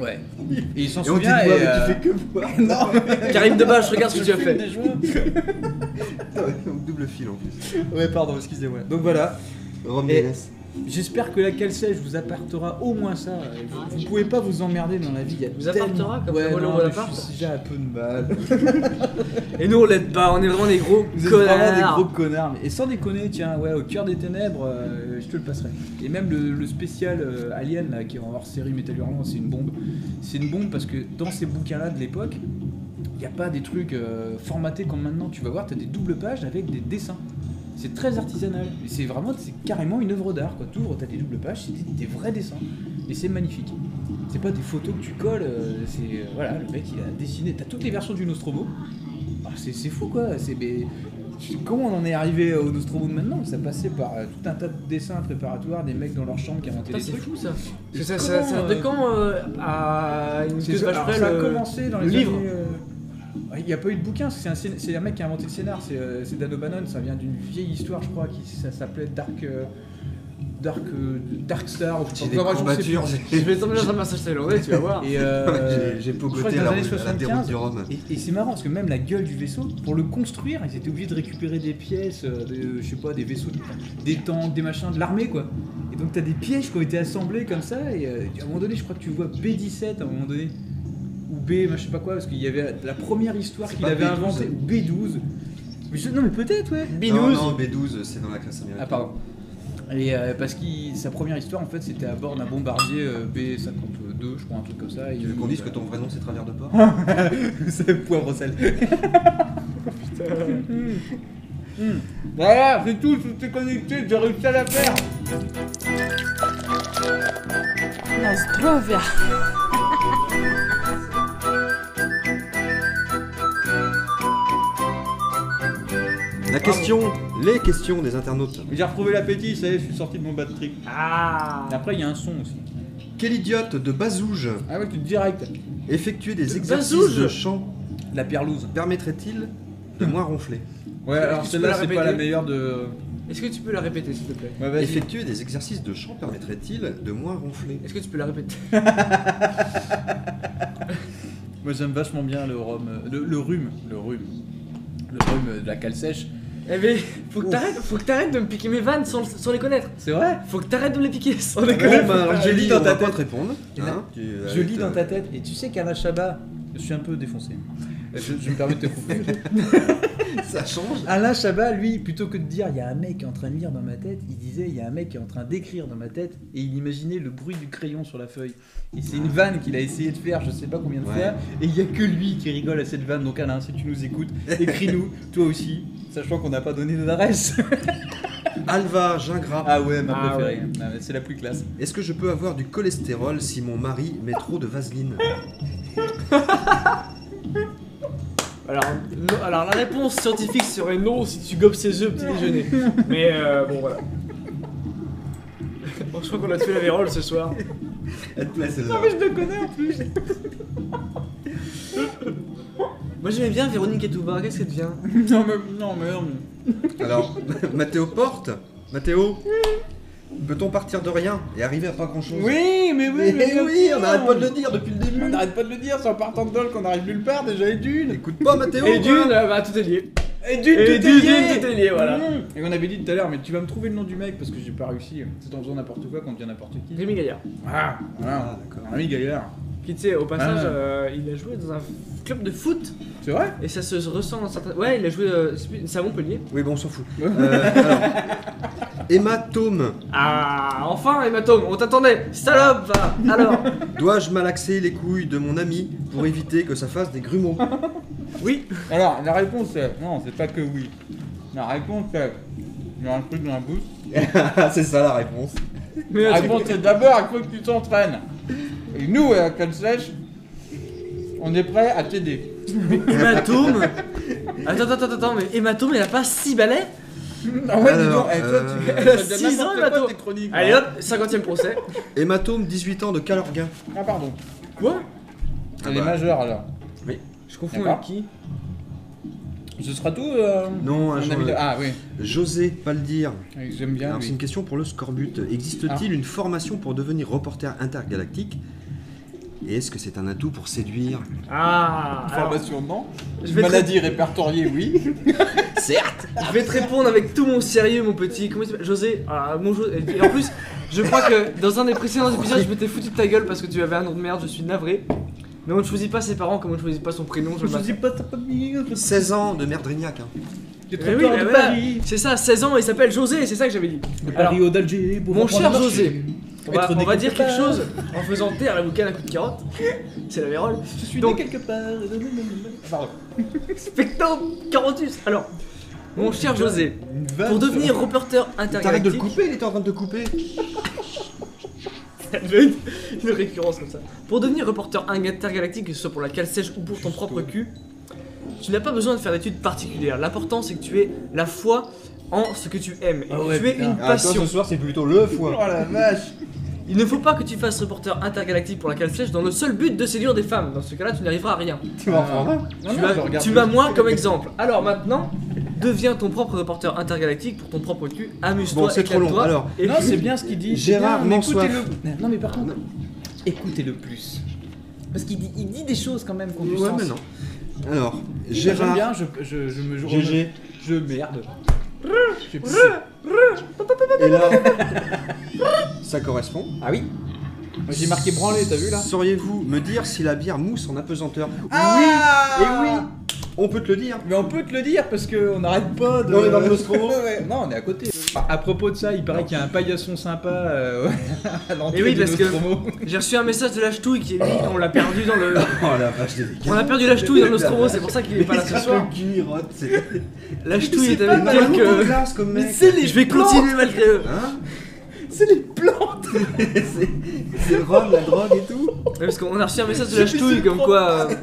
Speaker 3: Ouais. Et il s'en
Speaker 9: Et on dit
Speaker 3: souvient.
Speaker 9: quoi,
Speaker 3: et,
Speaker 9: mais tu
Speaker 3: euh,
Speaker 9: fais que boire.
Speaker 7: Karim Debache, regarde ce que tu as
Speaker 3: fume
Speaker 7: fait.
Speaker 3: des joints.
Speaker 9: Ah Double fil en plus.
Speaker 3: ouais, pardon, excusez-moi. Donc voilà.
Speaker 9: Rome
Speaker 3: Et-
Speaker 9: des Laisses.
Speaker 3: J'espère que la calcèche vous apportera au moins ça. Vous, vous pouvez pas vous emmerder dans la vie. il y a
Speaker 7: Vous apportera,
Speaker 3: tellement-
Speaker 7: comme
Speaker 3: ouais,
Speaker 7: ça, voilà,
Speaker 3: non,
Speaker 7: on
Speaker 3: mais
Speaker 7: l'appart.
Speaker 3: Je suis déjà un peu de mal.
Speaker 7: Et nous on l'aide pas, on est vraiment des gros
Speaker 3: Vous êtes vraiment des
Speaker 7: connards.
Speaker 3: gros connards. mais- Et sans déconner, tiens, ouais, au cœur des ténèbres, euh, je te le passerai. Et même le, le spécial euh, Alien, là, qui est en hors série Metal Hurlant, c'est une bombe. C'est une bombe parce que dans ces bouquins-là de l'époque, il n'y a pas des trucs euh, formatés comme maintenant. Tu vas voir, tu as des doubles pages avec des dessins. C'est très artisanal. Et C'est vraiment, c'est carrément une œuvre d'art. Quoi. T'ouvres, t'as des doubles pages, c'est des, des vrais dessins. Et c'est magnifique. C'est pas des photos que tu colles. euh, c'est euh, voilà, le mec il a dessiné. T'as toutes les versions du Nostromo. Ah, c'est, c'est fou quoi. C'est mais comment on en est arrivé au Nostromo de maintenant Ça passait par euh, tout un tas de dessins préparatoires, des mecs dans leur chambre qui inventaient
Speaker 7: Putain,
Speaker 3: des
Speaker 7: c'est
Speaker 3: trucs.
Speaker 7: fou ça.
Speaker 3: Et
Speaker 7: Ça, ça, ça-
Speaker 3: comment,
Speaker 7: de
Speaker 3: euh,
Speaker 7: quand euh, à une
Speaker 3: c'est
Speaker 7: queue
Speaker 3: ça,
Speaker 7: vache
Speaker 3: alors,
Speaker 7: près,
Speaker 3: ça
Speaker 7: le-
Speaker 3: a commencé dans
Speaker 7: euh, le
Speaker 3: les
Speaker 7: livre.
Speaker 3: années, euh, Il n'y a pas eu de bouquin, parce que c'est un, scén- c'est un mec qui a inventé le scénar, c'est euh, c'est Dan O'Bannon, ça vient d'une vieille histoire, je crois, qui ça s'appelait Dark. euh, Dark, euh, Dark Star, ou je sais
Speaker 9: J'ai
Speaker 3: pas,
Speaker 9: des
Speaker 3: moi, je sais plus.
Speaker 9: courbatures,
Speaker 7: Je
Speaker 9: j'ai-
Speaker 7: vais tomber dans un massage thaïlandais, tu vas voir.
Speaker 3: Et, euh,
Speaker 9: j'ai- j'ai
Speaker 3: je crois que
Speaker 9: pogoté
Speaker 3: dans
Speaker 9: à la
Speaker 3: les années
Speaker 9: route- à la déroute
Speaker 3: 75,
Speaker 9: de Rome.
Speaker 3: et, et c'est marrant parce que même la gueule du vaisseau, pour le construire, ils étaient obligés de récupérer des pièces, euh, de- je sais pas, des vaisseaux, des tanks, des machins, de l'armée quoi. Et donc t'as des pièges qui ont été assemblés comme ça, et euh, à un moment donné, je crois que tu vois B17 à un moment donné, ou B, je sais pas quoi, parce qu'il y avait la première histoire
Speaker 9: C'est
Speaker 3: qu'il
Speaker 9: pas
Speaker 3: avait
Speaker 9: B12.
Speaker 3: inventée, ou B12. Mais je- non mais peut-être ouais.
Speaker 9: Non,
Speaker 3: B12.
Speaker 9: non, B12, c'est dans la classe américaine.
Speaker 3: Ah pardon. Et euh, parce que sa première histoire, en fait, c'était à bord d'un bombardier euh, B-52, je crois, un truc comme ça. et
Speaker 9: Tu veux
Speaker 3: il-
Speaker 9: qu'on dise que ton vrai nom c'est Travers de Port
Speaker 3: Ah.
Speaker 2: C'est poivre au sel.
Speaker 3: Hmm. Voilà, c'est tout, tout est connecté, j'ai réussi à la faire
Speaker 1: Nostrovia.
Speaker 2: La question, les questions des internautes.
Speaker 3: J'ai retrouvé l'appétit, ça y est, je suis sorti de mon bad trip.
Speaker 7: Ah
Speaker 3: Après, il y a un son aussi.
Speaker 2: Quel idiote de Bazouge
Speaker 3: Ah ouais, tu te direct.
Speaker 2: effectuer des exercices
Speaker 7: Bazouge
Speaker 2: de chant
Speaker 3: La perlouse.
Speaker 2: permettrait-il de moins ronfler
Speaker 3: Ouais,
Speaker 7: Est-ce
Speaker 3: alors
Speaker 7: que tu
Speaker 3: celle-là,
Speaker 7: peux la
Speaker 3: c'est pas la
Speaker 7: répéter
Speaker 3: meilleure de.
Speaker 7: Est-ce que tu peux la répéter, s'il te plaît
Speaker 3: Ouais, vas-y.
Speaker 2: Effectuer des exercices de chant permettrait-il de moins ronfler
Speaker 7: Est-ce que tu peux la répéter
Speaker 3: Moi, j'aime vachement bien le rhum. euh, Le, le rhume. Le rhume. Le rhume euh, de la cale sèche.
Speaker 7: Eh mais, faut que t'arrêtes, faut que t'arrêtes de me piquer mes vannes sans, sans les connaître.
Speaker 3: C'est vrai
Speaker 7: Faut que t'arrêtes de me les piquer sans
Speaker 3: On
Speaker 7: les
Speaker 3: est
Speaker 7: connaître.
Speaker 3: Bon, bah, alors, je lis
Speaker 2: on
Speaker 3: dans
Speaker 2: va
Speaker 3: ta
Speaker 2: pas
Speaker 3: tête.
Speaker 2: te répondre. hein. Tu vas
Speaker 3: Je lis
Speaker 2: être,
Speaker 3: dans
Speaker 2: euh,
Speaker 3: ta tête. Et tu sais qu'à la Chabat, je suis un peu défoncé. Je, je me permets de te couper.
Speaker 2: Ça change.
Speaker 3: Alain Chabat, lui, plutôt que de dire il y a un mec qui est en train de lire dans ma tête, il disait il y a un mec qui est en train d'écrire dans ma tête et il imaginait le bruit du crayon sur la feuille. Et c'est une vanne qu'il a essayé de faire, je sais pas combien de
Speaker 2: Ouais.
Speaker 3: fois, et il y a que lui qui rigole à cette vanne. Donc Alain, si tu nous écoutes, écris-nous, toi aussi, sachant qu'on n'a pas donné d'adresse.
Speaker 2: Alva Gingras.
Speaker 3: Ah ouais, ma
Speaker 7: Ah
Speaker 3: préférée. Ah ouais, c'est la plus classe.
Speaker 2: Est-ce que je peux avoir du cholestérol si mon mari met trop de vaseline
Speaker 7: Alors, non- alors la réponse scientifique serait non si tu gobes ses œufs au petit déjeuner. Mais euh, bon voilà. Bon, je crois qu'on a tué la vérole ce soir.
Speaker 9: Elle te plaît celle-là.
Speaker 7: Moi j'aimais bien Véronique Etouba, qu'est-ce qu'elle devient
Speaker 3: Non, mais non, mais non.
Speaker 2: Alors, Mathéo Porte Mathéo Peut-on partir de rien et arriver à pas grand-chose
Speaker 3: Oui, mais oui, mais,
Speaker 2: Eh oui, on
Speaker 3: arrête
Speaker 2: n'arrête pas de le dire depuis le début.
Speaker 3: On n'arrête pas de le dire, c'est en partant de Dol qu'on n'arrive nulle part, déjà et d'une.
Speaker 2: Écoute pas Mathéo
Speaker 7: Et d'une,
Speaker 2: quoi.
Speaker 7: euh, bah tout est lié.
Speaker 3: Et d'une,
Speaker 7: Et
Speaker 3: tout est
Speaker 7: d'une,
Speaker 3: lié.
Speaker 7: tout est lié, voilà.
Speaker 3: Mmh. Et on avait dit tout à l'heure, mais tu vas me trouver le nom du mec parce que j'ai pas réussi. C'est en faisant n'importe quoi qu'on devient n'importe qui.
Speaker 7: Rémi Gaillard,
Speaker 3: Ah,
Speaker 2: Ah,
Speaker 3: voilà,
Speaker 2: d'accord.
Speaker 3: Rémi Gaillard.
Speaker 7: qui tu sais, au passage,
Speaker 3: Ah.
Speaker 7: euh, il a joué dans un club de foot
Speaker 3: C'est vrai
Speaker 7: et ça se ressent dans certains. Ouais, il a joué, euh, c'est plus- c'est à Montpellier.
Speaker 2: Oui, bon, on s'en fout. Euh, alors, hématome.
Speaker 7: Ah, enfin, hématome, on t'attendait Salope, va Alors,
Speaker 2: Dois-je malaxer les couilles de mon ami pour éviter que ça fasse des grumeaux
Speaker 7: oui,
Speaker 3: Alors, la réponse est. Non, c'est pas que oui. La réponse est. Il y a un truc dans la bouche.
Speaker 2: Ah, C'est ça la réponse.
Speaker 7: mais
Speaker 3: La
Speaker 7: euh, tu-
Speaker 3: réponse est d'abord, il faut que tu t'entraînes. Et nous, à Code Sèche, on est prêt à t'aider.
Speaker 7: Hématome Attends, attends, attends, attends, mais Hématome, elle a pas 6 balais
Speaker 3: Ah ouais, dis
Speaker 2: Alors,
Speaker 3: donc, eh, toi,
Speaker 2: euh,
Speaker 3: tu.
Speaker 7: Elle a
Speaker 3: ça devient
Speaker 7: 6 ans,
Speaker 3: n'importe quoi,
Speaker 7: Hématome
Speaker 3: tes chroniques,
Speaker 7: Allez
Speaker 3: là.
Speaker 7: hop, 50ème procès.
Speaker 2: Hématome, 18 ans de Calorga.
Speaker 3: Ah, pardon.
Speaker 7: Quoi
Speaker 3: Elle est
Speaker 2: Ah bah.
Speaker 3: majeure alors.
Speaker 7: Je confonds
Speaker 3: D'accord.
Speaker 7: avec qui
Speaker 3: Ce sera tout euh,
Speaker 2: Non, un
Speaker 3: mon
Speaker 2: jour,
Speaker 3: ami de-
Speaker 2: euh,
Speaker 3: Ah oui,
Speaker 2: José Paldir.
Speaker 3: oui, j'aime bien.
Speaker 2: Alors,
Speaker 3: lui.
Speaker 2: c'est une question pour le Scorbut. Existe-t-il une formation pour devenir reporter intergalactique Et est-ce que c'est un atout pour séduire
Speaker 7: Ah alors,
Speaker 3: Formation, non.
Speaker 7: je, vais te,
Speaker 3: Maladie répertoriée, oui.
Speaker 7: je vais te répondre avec tout mon sérieux, mon petit. Comment il s'appelle José Ah, mon Jo- Et en plus, je crois que dans un des précédents épisodes, je m'étais foutu de ta gueule parce que tu avais un nom de merde, je suis navré. Mais on ne choisit pas ses parents comme on ne choisit pas son prénom, je le
Speaker 3: dis pas, t'as pas de
Speaker 2: 16 ans de Merdrignac. hein.
Speaker 3: J'ai
Speaker 7: Eh oui, bah voilà. C'est ça, 16 ans, il s'appelle José, c'est ça que j'avais dit.
Speaker 3: De
Speaker 7: Alors,
Speaker 3: Paris au d'Alger. pour
Speaker 7: mon
Speaker 3: reprendre
Speaker 7: cher
Speaker 3: le marché.
Speaker 7: José, on va,
Speaker 3: Être né
Speaker 7: on va dire
Speaker 3: quelque
Speaker 7: quelque
Speaker 3: part.
Speaker 7: chose en faisant taire la boucane à coup de carotte. C'est la vérole.
Speaker 3: Je suis
Speaker 7: Donc-
Speaker 3: né quelque part. Pardon.
Speaker 7: Spectre Carotus Alors, mon cher José, pour devenir reporter
Speaker 2: T'arrêtes de le
Speaker 7: intergalactique.
Speaker 2: couper, il était en train de te couper.
Speaker 7: Ça devait être une récurrence comme ça. Pour devenir reporter intergalactique, que ce soit pour la cale sèche ou pour ton propre cul, tu n'as pas besoin de faire d'études particulières. L'important, c'est que tu aies la foi en ce que tu aimes et
Speaker 3: Ah
Speaker 7: que
Speaker 3: ouais,
Speaker 7: tu aies
Speaker 3: putain.
Speaker 7: une
Speaker 2: Ah, toi,
Speaker 7: passion.
Speaker 2: ce soir, c'est plutôt le
Speaker 3: Oh
Speaker 2: foie.
Speaker 3: la vache.
Speaker 7: Il ne faut pas que tu fasses reporter intergalactique pour la cale sèche dans le seul but de séduire des femmes. Dans ce cas-là, tu n'arriveras à rien.
Speaker 2: Tu vas en prendre
Speaker 3: Non,
Speaker 7: tu
Speaker 3: non, je
Speaker 7: m'as
Speaker 3: regarde
Speaker 7: tu
Speaker 3: le-
Speaker 7: m'as moi comme exemple. Alors maintenant, deviens ton propre reporter intergalactique pour ton propre cul. Amuse-toi.
Speaker 2: Bon, c'est trop
Speaker 7: éclate-toi.
Speaker 2: long, alors.
Speaker 7: Et
Speaker 3: Non, c'est bien ce qu'il dit. c'est
Speaker 2: Gérard
Speaker 3: bien, mais
Speaker 2: Mansoif.
Speaker 3: écoutez-le. Non, mais par contre, écoutez-le plus. Parce qu'il dit, il dit des choses quand même qu'on
Speaker 2: Ouais, mais non. Alors,
Speaker 3: J'aime
Speaker 2: Gérard.
Speaker 3: bien, je, je, je me je,
Speaker 2: GG.
Speaker 3: je merde. Je sais plus.
Speaker 2: Et là. ça correspond.
Speaker 3: Ah oui Moi, J'ai marqué branlé, t'as vu là
Speaker 2: Sauriez-vous me dire si la bière mousse en apesanteur
Speaker 3: Ah
Speaker 2: Oui Et oui On peut te le dire.
Speaker 3: Mais on peut te le dire parce qu'on n'arrête pas de.
Speaker 2: On est dans le Nostromo.
Speaker 3: Ouais, non, on est à côté. Ah, À propos de ça, il paraît qu'il y a un paillasson sympa euh, à l'entrée
Speaker 7: Et oui,
Speaker 3: du
Speaker 7: parce que-
Speaker 3: Nostromo.
Speaker 7: J'ai reçu un message de la ch'touille qui dit qu'on l'a perdu dans le.
Speaker 2: Oh la vache des dégâts.
Speaker 7: On a perdu la ch'touille dans le Nostromo, c'est pour ça qu'il est pas là ce soir.
Speaker 2: le cul, il rote, c'est-
Speaker 7: La ch'touille est
Speaker 2: Il
Speaker 7: avec
Speaker 2: a beaucoup de
Speaker 7: quelques.
Speaker 2: classe comme mec.
Speaker 7: Je vais continuer malgré eux.
Speaker 2: Hein
Speaker 4: C'est les plantes
Speaker 2: C'est le rhum, la drogue et tout.
Speaker 7: Ouais, parce qu'on a reçu un message de la ch'touille comme quoi. euh,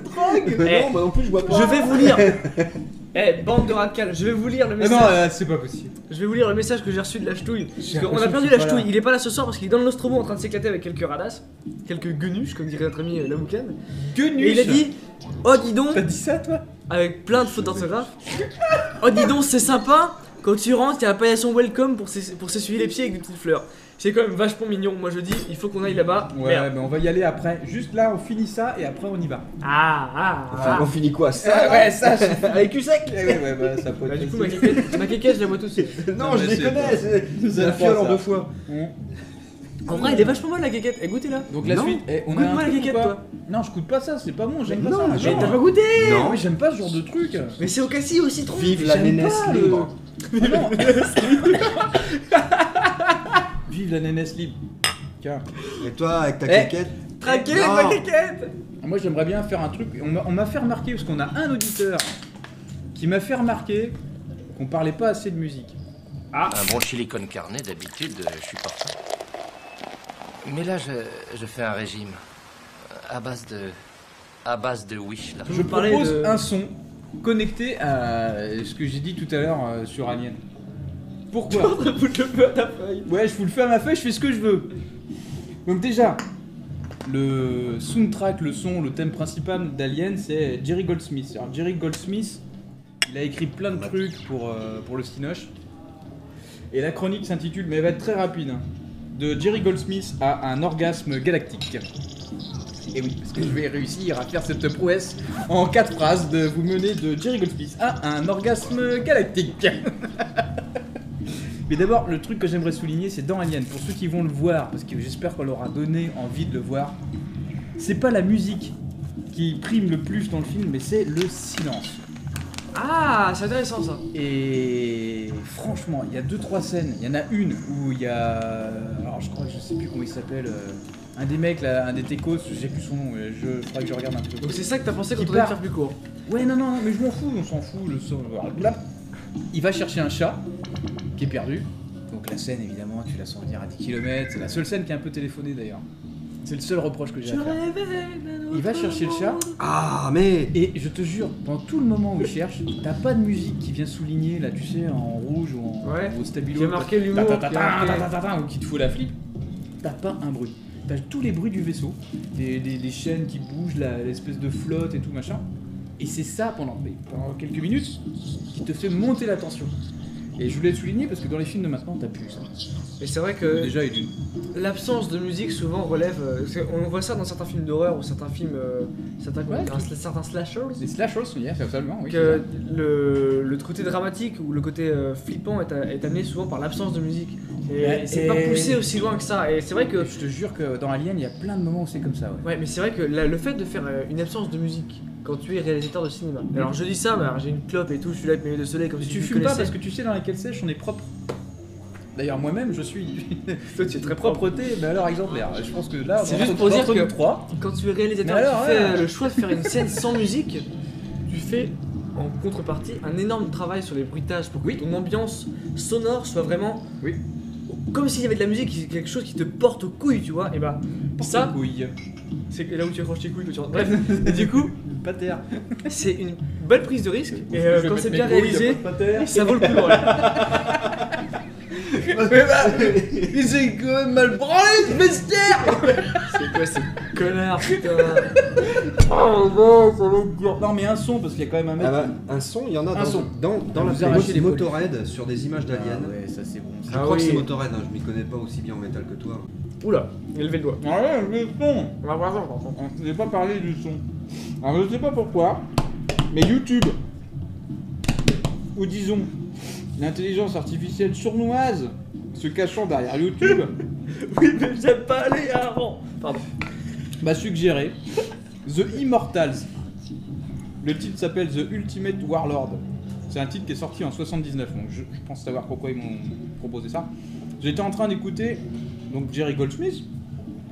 Speaker 2: Mais non, bah, en plus, je bois pas.
Speaker 7: Je vais vous lire. Eh, bande de racales, je vais vous lire le
Speaker 3: Mais
Speaker 7: message.
Speaker 3: non, euh, c'est pas possible.
Speaker 7: Je vais vous lire le message que j'ai reçu de la ch'touille. Parce qu'on a
Speaker 3: l'impression
Speaker 7: perdu
Speaker 3: qu'il est
Speaker 7: la
Speaker 3: pas
Speaker 7: ch'touille.
Speaker 3: là.
Speaker 7: Il est pas là ce soir parce qu'il est dans le Nostromo en train de s'éclater avec quelques radasses, quelques guenuches, comme dirait notre ami euh, Laboucane.
Speaker 3: Que nul
Speaker 7: Et il a dit Oh, dis donc,
Speaker 3: T'as dit ça, toi
Speaker 7: avec plein de fautes d'orthographe. Oh, dis donc, c'est sympa. Quand tu rentres, il y a un paillasson welcome pour s'ess- pour s'essuyer les pieds avec des petites fleurs. C'est quand même vachement mignon. Moi, je dis, il faut qu'on aille là-bas.
Speaker 3: Ouais,
Speaker 7: Merde.
Speaker 3: mais on va y aller après. Juste là, on finit ça et après on y va. Euh,
Speaker 7: Ah, ah,
Speaker 2: Enfin,
Speaker 7: ah.
Speaker 2: on finit quoi ça
Speaker 3: ouais, ça, avec cul sec. Ouais, ouais, bah, ça peut
Speaker 7: Bah,
Speaker 3: être
Speaker 7: du coup, ma quéquette, ma quéquette, je la vois tous.
Speaker 2: Non,
Speaker 3: Non,
Speaker 2: je
Speaker 3: mais
Speaker 2: les
Speaker 3: c'est-
Speaker 2: connais. c'est-
Speaker 3: Nous
Speaker 2: La
Speaker 3: allons
Speaker 2: fiole
Speaker 3: faire
Speaker 2: en
Speaker 3: ça.
Speaker 2: deux fois.
Speaker 7: En vrai, elle est vachement bonne la quéquette. Eh, goûtez-la.
Speaker 3: Donc la
Speaker 2: Non.
Speaker 3: suite, eh, on a
Speaker 7: Goûte-moi
Speaker 3: un
Speaker 7: la
Speaker 3: truc ou
Speaker 7: quéquette,
Speaker 3: pas
Speaker 7: toi.
Speaker 3: Non, je coûte pas ça, c'est pas bon, j'aime pas
Speaker 2: non,
Speaker 3: ça.
Speaker 2: mais
Speaker 7: Mais
Speaker 2: non.
Speaker 7: t'as pas goûté
Speaker 3: Non,
Speaker 2: Non.
Speaker 3: mais j'aime pas ce genre de truc.
Speaker 7: Mais c'est au cassis, au citron.
Speaker 2: Vive la
Speaker 3: J'aime
Speaker 2: nénesse
Speaker 3: pas le-
Speaker 2: libre.
Speaker 3: Non. Vive la nénesse libre. Tiens.
Speaker 9: Et toi, avec ta
Speaker 3: Eh.
Speaker 9: claquette
Speaker 7: Traquez
Speaker 9: Non.
Speaker 7: ma quéquette.
Speaker 3: Ah, Moi, j'aimerais bien faire un truc. On m'a- on m'a fait remarquer, parce qu'on a un auditeur qui m'a fait remarquer qu'on parlait pas assez de musique.
Speaker 10: Un bon chili con carne, d'habitude, euh, je suis parfait. Mais là, je, je fais un régime. euh, À base de. À base de wish, là.
Speaker 3: Je
Speaker 7: Vous parlez
Speaker 3: propose
Speaker 7: de-
Speaker 3: un son connecté à ce que j'ai dit tout à l'heure euh, sur Alien. Pourquoi Ouais, je vous le fais à ma feuille, je fais ce que je veux. Donc déjà, le soundtrack, le son, le thème principal d'Alien, c'est Jerry Goldsmith. Alors Jerry Goldsmith, il a écrit plein de trucs pour, euh, pour le Cinoche. Et la chronique s'intitule, mais elle va être très rapide, hein, de Jerry Goldsmith à un orgasme galactique. Et oui, parce que je vais réussir à faire cette prouesse en quatre phrases de vous mener de Jerry Goldsmith à un orgasme galactique. Mais d'abord, le truc que j'aimerais souligner, c'est dans Alien, pour ceux qui vont le voir, parce que j'espère qu'on leur a donné envie de le voir, c'est pas la musique qui prime le plus dans le film, mais c'est le silence.
Speaker 7: Ah, c'est intéressant ça.
Speaker 3: Et franchement, il y a deux trois scènes. Il y en a une où il y a, alors je crois que je sais plus comment il s'appelle, euh, un des mecs, là, un des techos, j'ai plus son nom. euh, Je, je crois que je regarde un peu.
Speaker 7: Donc c'est ça que t'as pensé quand
Speaker 3: Qui
Speaker 7: on allait
Speaker 3: part.
Speaker 7: faire plus court.
Speaker 3: Ouais, non, non, non, mais je m'en fous, on s'en fout, le son. Là, il va chercher un chat qui est perdu. Donc la scène, évidemment, tu la sens venir à 10 km. C'est la seule scène qui est un peu téléphonée d'ailleurs. C'est le seul reproche que j'ai à faire. Il va chercher le chat.
Speaker 2: Ah, mais.
Speaker 3: Et je te jure, pendant tout le moment où il cherche, t'as pas de musique qui vient souligner, là, tu sais, en rouge ou en
Speaker 7: Ouais.
Speaker 3: ou au stabilo.
Speaker 7: Qui a marqué l'humour,
Speaker 3: Ta- ta- ta-
Speaker 7: qui a marqué-
Speaker 3: ta- ta- ta- ta- Ou qui te fout la flippe. T'as pas un bruit. T'as tous les bruits du vaisseau, des, des- des chaînes qui bougent, la- l'espèce de flotte et tout machin. Et c'est ça pendant, mais pendant quelques minutes qui te fait monter la tension. Et je voulais le souligner parce que dans les films de maintenant, t'as plus ça.
Speaker 7: Mais c'est vrai que
Speaker 3: Déjà, il est
Speaker 7: l'absence de musique souvent relève. euh, c'est- On voit ça dans certains films d'horreur ou certains films. euh, certains,
Speaker 3: Ouais.
Speaker 7: un sla- certains slashers.
Speaker 3: Des slashers, yes, absolument, oui. c'est
Speaker 7: Que le, le côté dramatique ou le côté euh, flippant est, est amené souvent par l'absence de musique. Et,
Speaker 3: Ouais,
Speaker 7: c'est
Speaker 3: et-
Speaker 7: pas poussé aussi loin que ça. Et c'est vrai que.
Speaker 3: vrai. Je te jure que dans Alien, il y a plein de moments où c'est comme ça, ouais.
Speaker 7: Ouais, mais c'est vrai que la- le fait de faire euh, une absence de musique quand tu es réalisateur de cinéma. Alors je dis ça, mais alors, j'ai une clope et tout, je suis là avec mes yeux de soleil comme
Speaker 3: Mais
Speaker 7: si
Speaker 3: tu
Speaker 7: je
Speaker 3: fumes pas
Speaker 7: connaissais.
Speaker 3: parce que tu sais dans laquelle sèche on est propre. D'ailleurs moi-même je suis
Speaker 7: Toi, tu es très propre.
Speaker 3: propreté mais alors exemplaire. Je pense que là
Speaker 7: C'est juste pour dire que-
Speaker 3: 3
Speaker 7: Quand tu es réalisateur,
Speaker 3: Mais alors,
Speaker 7: tu fais
Speaker 3: ouais.
Speaker 7: euh, le choix de faire une scène sans musique. Tu fais en contrepartie un énorme travail sur les bruitages pour que ton ambiance sonore soit vraiment
Speaker 3: Oui.
Speaker 7: comme s'il y avait de la musique, quelque chose qui te porte aux couilles, tu vois. Et bah ça, c'est là où tu accroches tes couilles. quand tu rentres. Bref, et du coup,
Speaker 3: pas terre.
Speaker 7: c'est une belle prise de risque. Et euh, quand c'est bien réalisé,
Speaker 3: pas terre.
Speaker 7: ça vaut le coup. voilà.
Speaker 3: Il s'est bah, quand même mal branlé ce bestiaire.
Speaker 7: C'est quoi ce connard, putain Ah,
Speaker 3: Non mais un son parce qu'il y a quand même un mec.
Speaker 2: Ah bah, un son, il y en a
Speaker 3: Un
Speaker 2: dans,
Speaker 3: son.
Speaker 2: dans, dans la
Speaker 3: Ah, vous arrachez
Speaker 2: playlist
Speaker 3: les
Speaker 2: Motorhead sur des images d'aliens.
Speaker 3: Ah ouais, ça c'est bon.
Speaker 2: Je
Speaker 3: ça.
Speaker 2: crois que
Speaker 7: oui.
Speaker 2: c'est Motorhead, hein, je m'y connais pas aussi bien en métal que toi.
Speaker 7: Oula, il a levé le doigt.
Speaker 3: Ah ouais, le son.
Speaker 7: On va voir, on va voir.
Speaker 3: On ne pas parlé du son. Alors je sais pas pourquoi, mais YouTube, ou disons l'intelligence artificielle sournoise, se cachant derrière YouTube,
Speaker 7: Oui, mais j'aime pas aller avant. Pardon.
Speaker 3: m'a suggéré The Immortals. Le titre s'appelle The Ultimate Warlord. C'est un titre qui est sorti en 79, donc je, je pense savoir pourquoi ils m'ont proposé ça. J'étais en train d'écouter donc Jerry Goldsmith,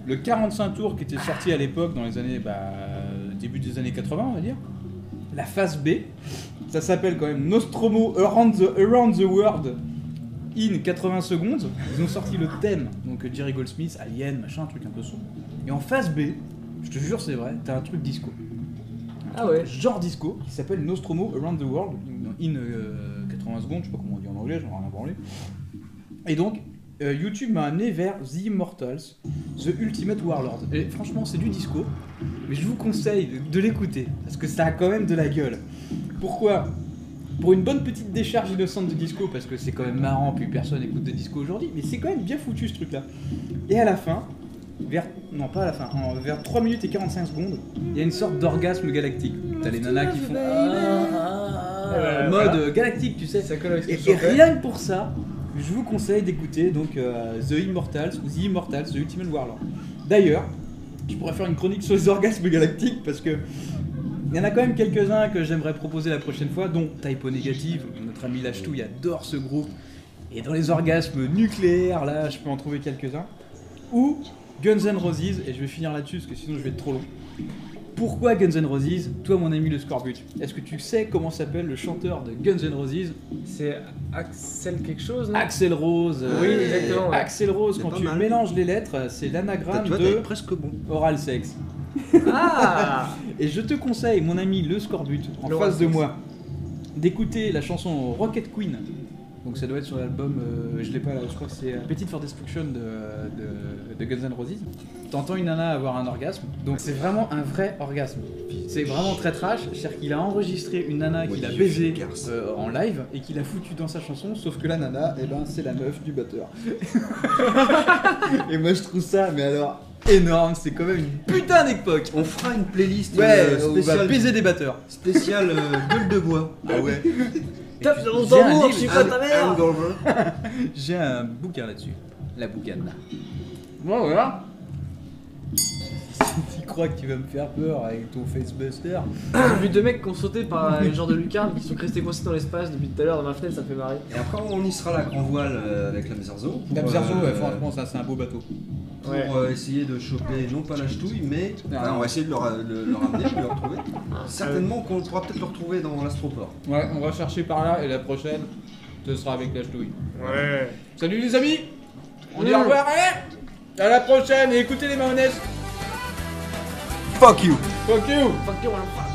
Speaker 3: le 45 tours qui était sorti à l'époque dans les années bah, début des années 80, on va dire. La phase B, ça s'appelle quand même Nostromo Around the, Around the World in 80 secondes. Ils ont sorti le thème, donc Jerry Goldsmith, Alien, machin, un truc un peu sombre. Et en phase B, je te jure, c'est vrai, t'as un truc disco.
Speaker 4: Ah ouais.
Speaker 3: Genre disco qui s'appelle Nostromo Around the World in, in, euh, 80 secondes, je sais pas comment on dit en anglais, j'en ai rien branlé. Et donc, euh, YouTube m'a amené vers The Immortals, The Ultimate Warlord. Et franchement, c'est du disco, mais je vous conseille de, de l'écouter, parce que ça a quand même de la gueule. Pourquoi Pour une bonne petite décharge innocente de disco, parce que c'est quand même marrant, puis personne n'écoute de disco aujourd'hui, mais c'est quand même bien foutu ce truc-là. Et à la fin, vers, non pas à la fin, en- vers 3 minutes et 45 secondes, il y a une sorte d'orgasme galactique. T'as les nanas qui font... Ah, ah, ah,
Speaker 7: Euh,
Speaker 3: mode
Speaker 7: voilà.
Speaker 3: euh, galactique, tu sais.
Speaker 7: Ça colle avec ce que
Speaker 3: Et,
Speaker 7: je
Speaker 3: et
Speaker 7: fais.
Speaker 3: rien que pour ça, je vous conseille d'écouter donc euh, The Immortals ou The Immortals, The Ultimate Warlord. D'ailleurs, je pourrais faire une chronique sur les orgasmes galactiques parce que il y en a quand même quelques-uns que j'aimerais proposer la prochaine fois, dont Typo Négative, notre ami Lachtouille adore ce groupe. Et dans les orgasmes nucléaires, là, je peux en trouver quelques-uns. Ou Guns N' Roses, et je vais finir là-dessus parce que sinon je vais être trop long. Pourquoi Guns N' Roses Toi, mon ami le Scorbut, est-ce que tu sais comment s'appelle le chanteur de Guns N' Roses
Speaker 7: C'est Axel quelque chose, non
Speaker 3: Axel Rose.
Speaker 7: Oui,
Speaker 3: euh,
Speaker 7: exactement, ouais.
Speaker 3: Axel Rose,
Speaker 9: C'est
Speaker 3: quand
Speaker 9: pas
Speaker 3: tu
Speaker 9: mal.
Speaker 3: mélanges les lettres, c'est l'anagramme
Speaker 9: Tu vois,
Speaker 3: de
Speaker 9: t'es presque bon.
Speaker 3: oral sex.
Speaker 7: Ah
Speaker 3: Et je te conseille, mon ami le scorbut, en
Speaker 7: L'oral
Speaker 3: face de
Speaker 7: sex.
Speaker 3: moi, d'écouter la chanson Rocket Queen. Donc ça doit être sur l'album, euh, je l'ai pas là, je crois que c'est euh, Appetite for Destruction de, de- de Guns N' Roses. T'entends une nana avoir un orgasme, donc c'est vraiment un vrai orgasme. C'est vraiment très trash, c'est-à-dire qu'il a enregistré une nana qu'il a
Speaker 9: Ouais,
Speaker 3: baisée
Speaker 9: garce.
Speaker 3: euh, en live et qu'il a foutu dans sa chanson, sauf que la nana, eh ben, c'est la meuf du batteur. et moi je trouve ça, mais alors, énorme, c'est quand même une putain d'époque
Speaker 9: On fera une playlist
Speaker 3: Ouais,
Speaker 9: euh,
Speaker 3: on va
Speaker 9: spéciale,
Speaker 3: baiser des batteurs.
Speaker 9: spéciale euh, gueule de bois. Ah ouais.
Speaker 4: Tape sur mon
Speaker 3: J'ai un
Speaker 4: tambour,
Speaker 3: deal.
Speaker 4: je suis pas ta mère
Speaker 9: Hangover.
Speaker 3: J'ai un bouquin là-dessus. La boucane.
Speaker 7: Bon, voilà.
Speaker 3: tu crois que tu vas me faire peur avec ton facebuster
Speaker 7: J'ai vu deux mecs qui ont sauté par un genre de lucarne qui sont restés coincés dans l'espace depuis tout à l'heure dans ma fenêtre, ça me fait marrer.
Speaker 9: Et après, on y sera la grand voile euh, avec la Meserzo.
Speaker 3: La
Speaker 9: Euh,
Speaker 3: ouais, franchement, ça c'est un beau bateau.
Speaker 9: Pour
Speaker 7: Ouais.
Speaker 9: euh, essayer de choper, non pas la ch'touille, mais enfin, on va essayer de le, ra- le- le ramener, de le retrouver. Certainement qu'on pourra peut-être le retrouver dans l'astroport.
Speaker 3: Ouais, on va chercher par là et la prochaine, ce sera avec la ch'touille.
Speaker 6: Ouais.
Speaker 3: Salut les amis On dit
Speaker 7: Mm.
Speaker 3: au revoir, eh à la prochaine et écoutez les mayonnaises
Speaker 9: Fuck you!
Speaker 3: Fuck you
Speaker 7: Fuck you, on le fera.